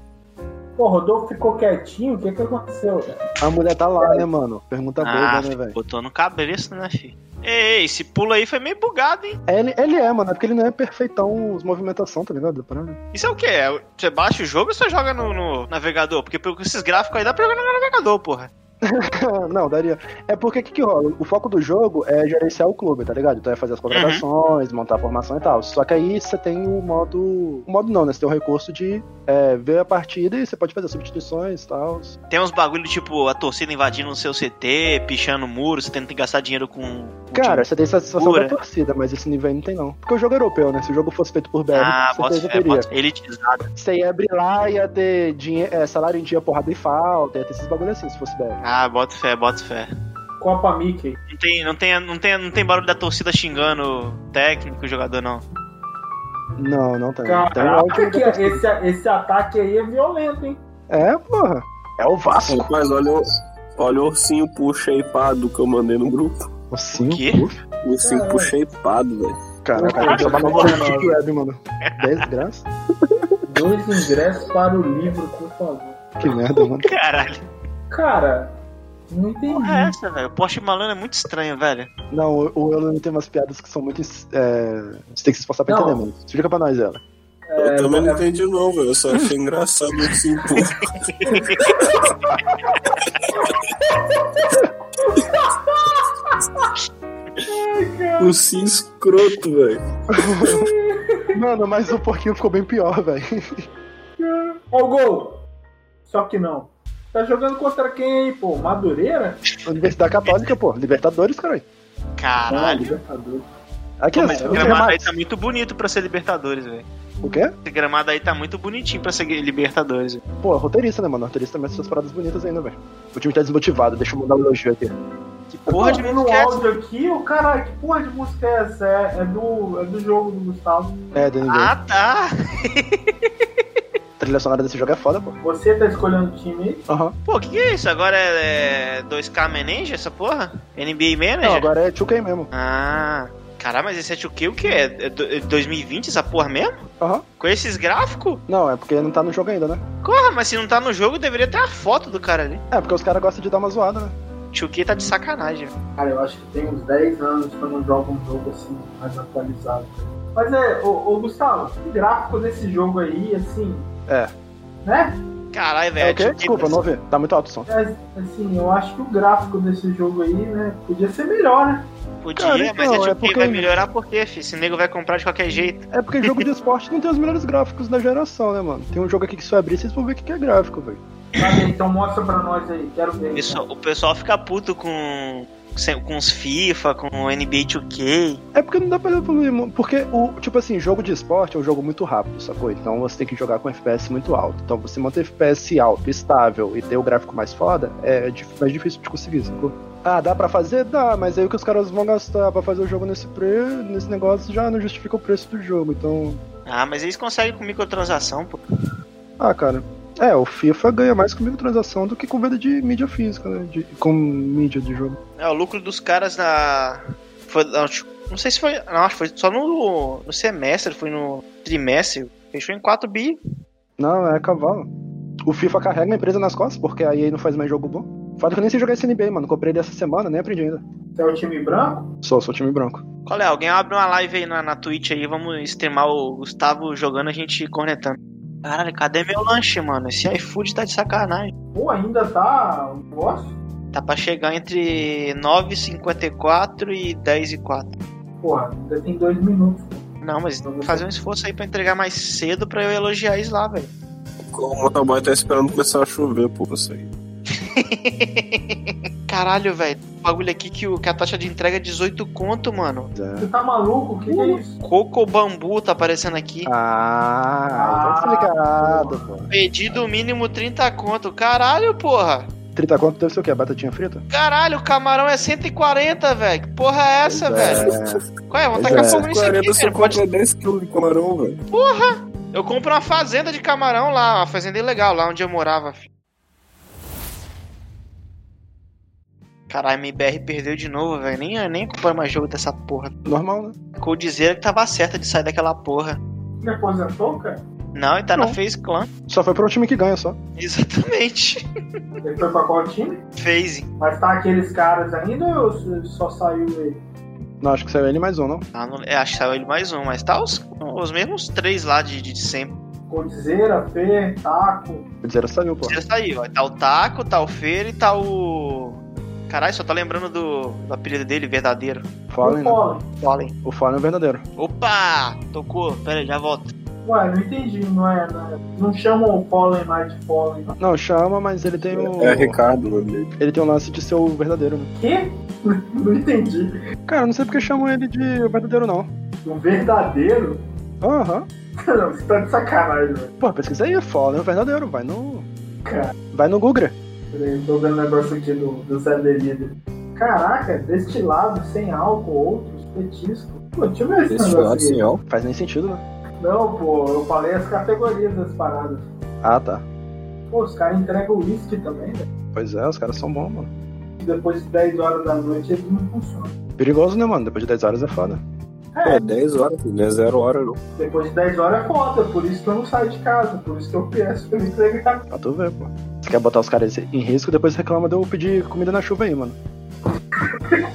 [SPEAKER 2] Pô, o Rodolfo ficou quietinho, o que que aconteceu? velho?
[SPEAKER 3] A mulher tá lá, né, mano? Pergunta
[SPEAKER 1] ah,
[SPEAKER 3] boba, né, velho?
[SPEAKER 1] botou no cabeça, né, filho? Ei, ei, esse pulo aí foi meio bugado, hein?
[SPEAKER 3] Ele, ele é, mano, é porque ele não é perfeitão os movimentação, tá ligado? Da parada.
[SPEAKER 1] Isso é o quê? É, Você baixa o jogo ou você joga no, no navegador? Porque pelo- com esses gráficos aí dá pra jogar no navegador, porra.
[SPEAKER 3] não, daria. É porque o que, que rola? O foco do jogo é gerenciar o clube, tá ligado? Então é fazer as contratações,
[SPEAKER 1] Uhum.
[SPEAKER 3] montar a formação e tal. Só que aí você tem o modo. O modo não, né? Você tem o recurso de é, ver a partida e você pode fazer substituições e tal.
[SPEAKER 1] Tem uns bagulho tipo a torcida invadindo o seu CT, pichando o muro, você tendo que gastar dinheiro com. com
[SPEAKER 3] Cara, você tem essa sensação
[SPEAKER 1] Pura.
[SPEAKER 3] da torcida, mas esse nível aí não tem, não. Porque o jogo é europeu, né? Se o jogo fosse feito por BR,
[SPEAKER 1] Ah,
[SPEAKER 3] com
[SPEAKER 1] bota
[SPEAKER 3] certeza
[SPEAKER 1] fé,
[SPEAKER 3] teria.
[SPEAKER 1] bota fé. Elitizado.
[SPEAKER 3] Você ia abrir lá, ia ter dinhe- é, salário em dia, porrada e falta, ia ter esses bagulho assim, se fosse BR.
[SPEAKER 1] Ah, bota fé, bota fé.
[SPEAKER 2] Copa Mickey.
[SPEAKER 1] Não tem, não tem, não tem, não tem barulho da torcida xingando o técnico, o jogador, não.
[SPEAKER 3] Não, não tem.
[SPEAKER 2] Ah,
[SPEAKER 3] Tem um
[SPEAKER 2] Caraca,
[SPEAKER 3] áudio
[SPEAKER 2] que
[SPEAKER 3] da torcida.
[SPEAKER 2] esse, esse ataque aí é violento, hein?
[SPEAKER 3] É, porra. É o Vasco.
[SPEAKER 6] Rapaz, olha o, olha o ursinho puxa aí, pá, do que eu mandei no grupo.
[SPEAKER 3] Ossinho,
[SPEAKER 1] quê?
[SPEAKER 3] puxa.
[SPEAKER 6] Um cinco shapeado, velho.
[SPEAKER 3] Caraca, eu trabalho no Chico Web, mano. 10 graças?
[SPEAKER 2] Dois ingressos para o livro, por favor.
[SPEAKER 3] Que merda, mano.
[SPEAKER 1] Caralho,
[SPEAKER 2] Cara, não entendi.
[SPEAKER 1] porra é essa, velho? O Porsche Malone é muito estranho, velho.
[SPEAKER 3] Não, o- o Elano tem umas piadas que são muito. É... Você tem que se esforçar pra
[SPEAKER 2] Não.
[SPEAKER 3] entender, mano. Explica pra nós ela.
[SPEAKER 6] Eu também não
[SPEAKER 2] é-
[SPEAKER 6] entendi não, velho. Eu só achei engraçado assim, esse empurro. O sim escroto, velho.
[SPEAKER 3] Mano, mas o porquinho ficou bem pior, velho.
[SPEAKER 2] Ó o gol! Só que não. Tá jogando contra quem aí, pô? Madureira?
[SPEAKER 3] Universidade Católica, pô. Libertadores, caralho.
[SPEAKER 2] Ah,
[SPEAKER 1] Caralho.
[SPEAKER 2] Libertadores.
[SPEAKER 3] Aqui,
[SPEAKER 1] Pô,
[SPEAKER 3] ó,
[SPEAKER 1] mas esse
[SPEAKER 3] o
[SPEAKER 1] gramado
[SPEAKER 3] gramado.
[SPEAKER 1] aí tá muito bonito pra ser Libertadores, velho.
[SPEAKER 3] O quê?
[SPEAKER 1] Esse gramado aí tá muito bonitinho pra ser Libertadores. velho.
[SPEAKER 3] Pô, roteirista, né, mano? Roteirista também tem suas paradas bonitas ainda, velho. O time tá desmotivado, deixa eu mandar um elogio aqui.
[SPEAKER 1] Que porra de
[SPEAKER 2] Tô ouvindo
[SPEAKER 1] música é
[SPEAKER 2] o
[SPEAKER 1] essa?
[SPEAKER 2] áudio aqui, o caralho, que porra de música é essa? É, é do, é do jogo do Gustavo.
[SPEAKER 3] É, Danny Gray.
[SPEAKER 1] Ah, tá.
[SPEAKER 3] trilha sonora desse jogo é foda, pô.
[SPEAKER 2] Você tá escolhendo o time aí?
[SPEAKER 3] Aham.
[SPEAKER 1] Pô, que que é isso? Agora é, é 2K Manager essa porra? NBA Manager?
[SPEAKER 3] Não, agora é Chukai mesmo.
[SPEAKER 1] Ah, caralho, mas esse é o que? O que é? É do- é 2020 essa porra mesmo?
[SPEAKER 3] Aham.
[SPEAKER 1] Com esses gráficos?
[SPEAKER 3] Não, é porque não tá no jogo ainda, né?
[SPEAKER 1] Porra, mas se não tá no jogo, deveria ter a foto do cara ali.
[SPEAKER 3] É, porque os caras gostam de dar uma zoada, né?
[SPEAKER 1] Chuki tá de sacanagem.
[SPEAKER 2] Cara, eu acho que tem uns 10 anos que eu não jogo um jogo assim, mais atualizado. Mas é, ô, ô, Gustavo, o gráfico desse jogo aí, assim.
[SPEAKER 3] É.
[SPEAKER 2] Né?
[SPEAKER 1] Caralho,
[SPEAKER 3] É,
[SPEAKER 1] velho.
[SPEAKER 3] o quê?
[SPEAKER 1] Chucky-
[SPEAKER 3] Desculpa, não ouvi. Tá muito alto o som.
[SPEAKER 2] É, assim, eu acho que o gráfico desse jogo aí, né? Podia ser melhor, né?
[SPEAKER 1] Podia,
[SPEAKER 3] Cara,
[SPEAKER 1] mas
[SPEAKER 3] então,
[SPEAKER 1] a
[SPEAKER 3] é
[SPEAKER 1] Chuki
[SPEAKER 3] porque-
[SPEAKER 1] vai melhorar por quê, filho? Esse nego vai comprar de qualquer jeito.
[SPEAKER 3] É porque jogo de esporte não tem os melhores gráficos da geração, né, mano? Tem um jogo aqui que se eu abrir, vocês vão ver o que que é gráfico, velho.
[SPEAKER 2] Sabe, então mostra pra nós aí, quero ver.
[SPEAKER 1] O pessoal, o pessoal fica puto com, com os FIFA, com o NBA 2K.
[SPEAKER 3] É porque não dá pra evoluir, mu- porque o tipo assim, jogo de esporte é um jogo muito rápido, sacou? Então você tem que jogar com FPS muito alto. Então você manter FPS alto, estável e ter o gráfico mais foda é dif- mais difícil de conseguir, sacou? Ah, dá pra fazer? Dá, mas aí o que os caras vão gastar pra fazer o jogo nesse pre... nesse negócio já não justifica o preço do jogo. Então,
[SPEAKER 1] Ah, mas eles conseguem com microtransação, pô.
[SPEAKER 3] ah, cara. É, o FIFA ganha mais com microtransação do que com venda de mídia física, né? De, com mídia de jogo.
[SPEAKER 1] É, o lucro dos caras na. Foi, acho- não sei se foi. Não, acho que foi só no, no semestre, foi no trimestre. Fechou em 4 bi.
[SPEAKER 3] Não, é cavalo. O FIFA carrega a empresa nas costas, porque aí EA não faz mais jogo bom. Foda que eu nem sei jogar esse NBA, mano. Comprei ele essa semana, nem aprendi ainda.
[SPEAKER 2] Você é o time branco?
[SPEAKER 3] Sou, sou time branco.
[SPEAKER 1] Qual é? Alguém abre uma live aí na, na Twitch aí, vamos streamar o Gustavo jogando, a gente cornetando. Caralho, cadê meu lanche, mano? Esse iFood tá de sacanagem.
[SPEAKER 2] Pô, ainda tá um negócio?
[SPEAKER 1] Tá pra chegar entre 9,54 e 10 e 4.
[SPEAKER 2] Porra, ainda tem dois minutos.
[SPEAKER 1] Não, mas vou fazer um esforço aí pra entregar mais cedo pra eu elogiar isso lá, velho.
[SPEAKER 6] O motoboy tá esperando começar a chover, pô, isso aí.
[SPEAKER 1] Caralho, velho. Bagulho aqui que, o, que a taxa de entrega é 18 conto, mano.
[SPEAKER 2] Você tá maluco? O que, que é isso?
[SPEAKER 1] Coco Bambu tá aparecendo aqui.
[SPEAKER 3] Ah, tá explicado, pô.
[SPEAKER 1] Pedido mínimo 30 conto. Caralho, porra.
[SPEAKER 3] 30 conto deve ser o quê? Batatinha frita?
[SPEAKER 1] Caralho, o camarão é 140, velho. Que porra é essa, velho? Qual é? Vamos
[SPEAKER 3] Pois
[SPEAKER 1] tacar
[SPEAKER 3] é.
[SPEAKER 1] fogo nisso aqui,
[SPEAKER 6] 40, você
[SPEAKER 1] velho. Pode...
[SPEAKER 6] compra 10 quilos é de camarão, velho.
[SPEAKER 1] Eu compro uma fazenda de camarão lá, uma fazenda ilegal, lá onde eu morava. fi. Caralho, MBR perdeu de novo, velho. Nem, nem acompanho mais jogo dessa porra.
[SPEAKER 3] É, normal, né?
[SPEAKER 1] Ficou dizer que tava certa de sair daquela porra.
[SPEAKER 2] Me aposentou, cara?
[SPEAKER 1] Não, ele tá na
[SPEAKER 3] Não.
[SPEAKER 1] Face Clan.
[SPEAKER 3] Só foi pra um time que ganha, só.
[SPEAKER 1] Exatamente.
[SPEAKER 2] Ele foi pra qual time?
[SPEAKER 1] FaZe.
[SPEAKER 2] Mas tá aqueles caras ainda ou s- só saiu ele?
[SPEAKER 3] Não, acho que saiu ele mais um, não.
[SPEAKER 1] Ah, não- é, acho que saiu ele mais um, mas tá os, os mesmos três lá de, de de sempre.
[SPEAKER 2] Codizeira, Fê, Taco.
[SPEAKER 3] O Zero saiu, pô.
[SPEAKER 1] Já saiu, ó. Tá o Taco, tá o Feira e tá o. Caralho, só tá lembrando do, do apelido dele, verdadeiro.
[SPEAKER 2] o
[SPEAKER 3] Fallen, né?
[SPEAKER 2] Fallen.
[SPEAKER 1] Fallen.
[SPEAKER 3] O Fallen é o verdadeiro.
[SPEAKER 1] Opa! Tocou, pera aí, já volto.
[SPEAKER 2] Ué, não entendi, não é? Não, é- não chamam o Fallen mais de Fallen. não.
[SPEAKER 3] Não, chama, mas ele tem o.
[SPEAKER 6] É Ricardo, meu amigo.
[SPEAKER 3] Ele tem o lance de ser o verdadeiro, né?
[SPEAKER 2] Quê? não entendi.
[SPEAKER 3] Cara, não sei porque chamam ele de o verdadeiro, não.
[SPEAKER 2] O verdadeiro?
[SPEAKER 3] Aham.
[SPEAKER 2] Não, você tá de sacanagem, velho.
[SPEAKER 3] Pô, pesquisa aí, Fallen é o verdadeiro. Vai no.
[SPEAKER 2] Cara.
[SPEAKER 3] Vai no Google.
[SPEAKER 2] Peraí, eu tô vendo um negócio aqui do, do Zé Belido. Caraca, destilado, sem álcool, outros, petisco. Pô, deixa eu ver esse
[SPEAKER 6] Esse
[SPEAKER 2] negócio
[SPEAKER 6] lado,
[SPEAKER 2] aqui.
[SPEAKER 6] assim, ó.
[SPEAKER 3] Faz nem sentido, né?
[SPEAKER 2] Não, pô, eu falei as categorias das paradas.
[SPEAKER 3] Ah, tá.
[SPEAKER 2] Pô, os caras entregam uísque também, né?
[SPEAKER 3] Pois é, os caras são bons, mano.
[SPEAKER 2] depois de 10 horas da noite eles não funcionam.
[SPEAKER 3] Perigoso, né, mano? Depois de 10 horas é foda.
[SPEAKER 6] É, 10 horas, filho, não é 0 hora não.
[SPEAKER 2] Depois de 10 horas é foda, por isso que eu não saio de casa, por isso que eu peço pra entregar.
[SPEAKER 3] Pra tu ver, pô. Você quer botar os caras em risco, depois reclama de eu pedir comida na chuva aí, mano.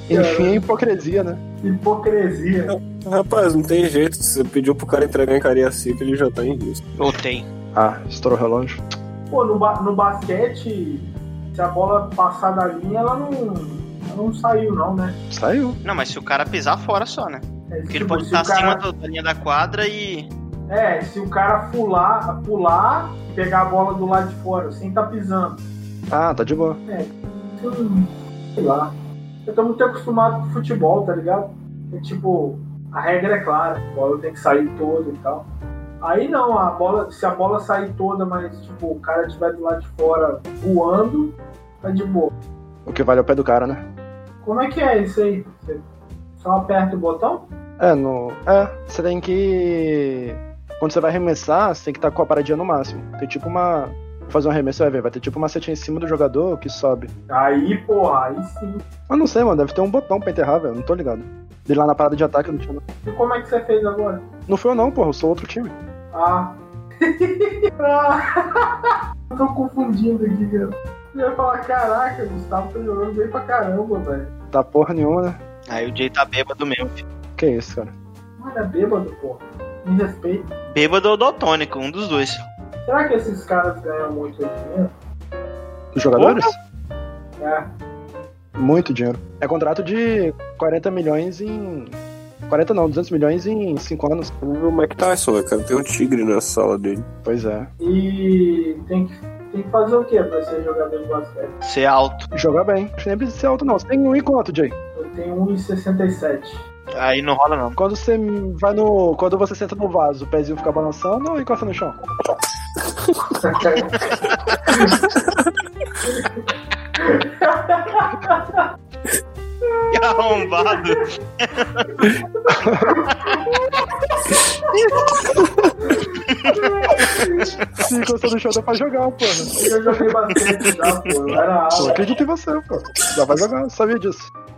[SPEAKER 3] Enfim, é hipocrisia, né?
[SPEAKER 2] Hipocrisia.
[SPEAKER 6] Rapaz, não tem jeito. Você pediu pro cara entregar em Cariacica, ele já tá em risco.
[SPEAKER 1] Ou tem.
[SPEAKER 3] Ah, estourou o relógio.
[SPEAKER 2] Pô, no, ba- no basquete, se a bola passar da linha, ela não, ela não saiu, não, né?
[SPEAKER 3] Saiu.
[SPEAKER 1] Não, mas se o cara pisar fora só, né?
[SPEAKER 2] É,
[SPEAKER 1] Porque ele
[SPEAKER 2] tipo,
[SPEAKER 1] pode
[SPEAKER 2] se
[SPEAKER 1] estar
[SPEAKER 2] o cara-
[SPEAKER 1] acima do- da linha da quadra e.
[SPEAKER 2] É, se o cara pular, pular e pegar a bola do lado de fora, sem tá pisando.
[SPEAKER 3] Ah, tá de boa.
[SPEAKER 2] Hum, sei lá. Eu tô muito acostumado com futebol, tá ligado? É tipo, a regra é clara, a bola tem que sair toda e tal. Aí não, a bola, se a bola sair toda, mas tipo, o cara estiver do lado de fora voando, tá de boa.
[SPEAKER 3] O que vale é o pé do cara, né?
[SPEAKER 2] Como é que é isso aí? Você só aperta o botão?
[SPEAKER 3] É, no. É, você tem que. Quando você vai arremessar, você tem que estar com a paradinha no máximo. Tem tipo uma. Fazer um arremesso, você vai ver. Vai ter tipo uma setinha em cima do jogador que sobe.
[SPEAKER 2] Aí, porra, aí sim.
[SPEAKER 3] Mas não sei, mano. Deve ter um botão pra enterrar, velho. Não tô ligado. Dele lá na parada de ataque, eu não tinha. nada.
[SPEAKER 2] E como é que você fez agora?
[SPEAKER 3] Não foi eu, não, porra. Eu sou outro time.
[SPEAKER 2] Ah. ah. Tô confundindo aqui, cara. Eu ia falar, caraca, o Gustavo tá jogando bem pra caramba, velho.
[SPEAKER 3] Tá porra nenhuma, né?
[SPEAKER 1] Aí o Jay tá bêbado mesmo.
[SPEAKER 3] Que isso, cara.
[SPEAKER 2] Mano, é bêbado, porra. Me respeita.
[SPEAKER 1] Bêbado ou daltônico, um dos dois.
[SPEAKER 2] Será que esses caras ganham muito dinheiro?
[SPEAKER 3] Os jogadores?
[SPEAKER 2] É.
[SPEAKER 3] Muito dinheiro. É contrato de 40 milhões em. 40 não, 200 milhões em 5 anos.
[SPEAKER 6] O Mike Tyson, cara, tem um tigre na sala dele.
[SPEAKER 3] Pois é.
[SPEAKER 2] E tem que, tem que fazer o quê pra ser jogador de basquete?
[SPEAKER 1] Ser alto.
[SPEAKER 3] Jogar bem. Acho que nem precisa ser alto, não. Você tem um enquanto, Jay.
[SPEAKER 2] Eu tenho 1,67.
[SPEAKER 1] Aí não rola, não.
[SPEAKER 3] Quando você vai no. Quando você senta no vaso, o pezinho fica balançando ou encosta no chão?
[SPEAKER 1] Que arrombado.
[SPEAKER 3] Se encosta no chão, dá pra jogar, pô.
[SPEAKER 2] Eu joguei basquete já, pô. Eu era
[SPEAKER 3] Eu
[SPEAKER 2] ala.
[SPEAKER 3] acredito em você, pô. Dá pra jogar, sabia disso.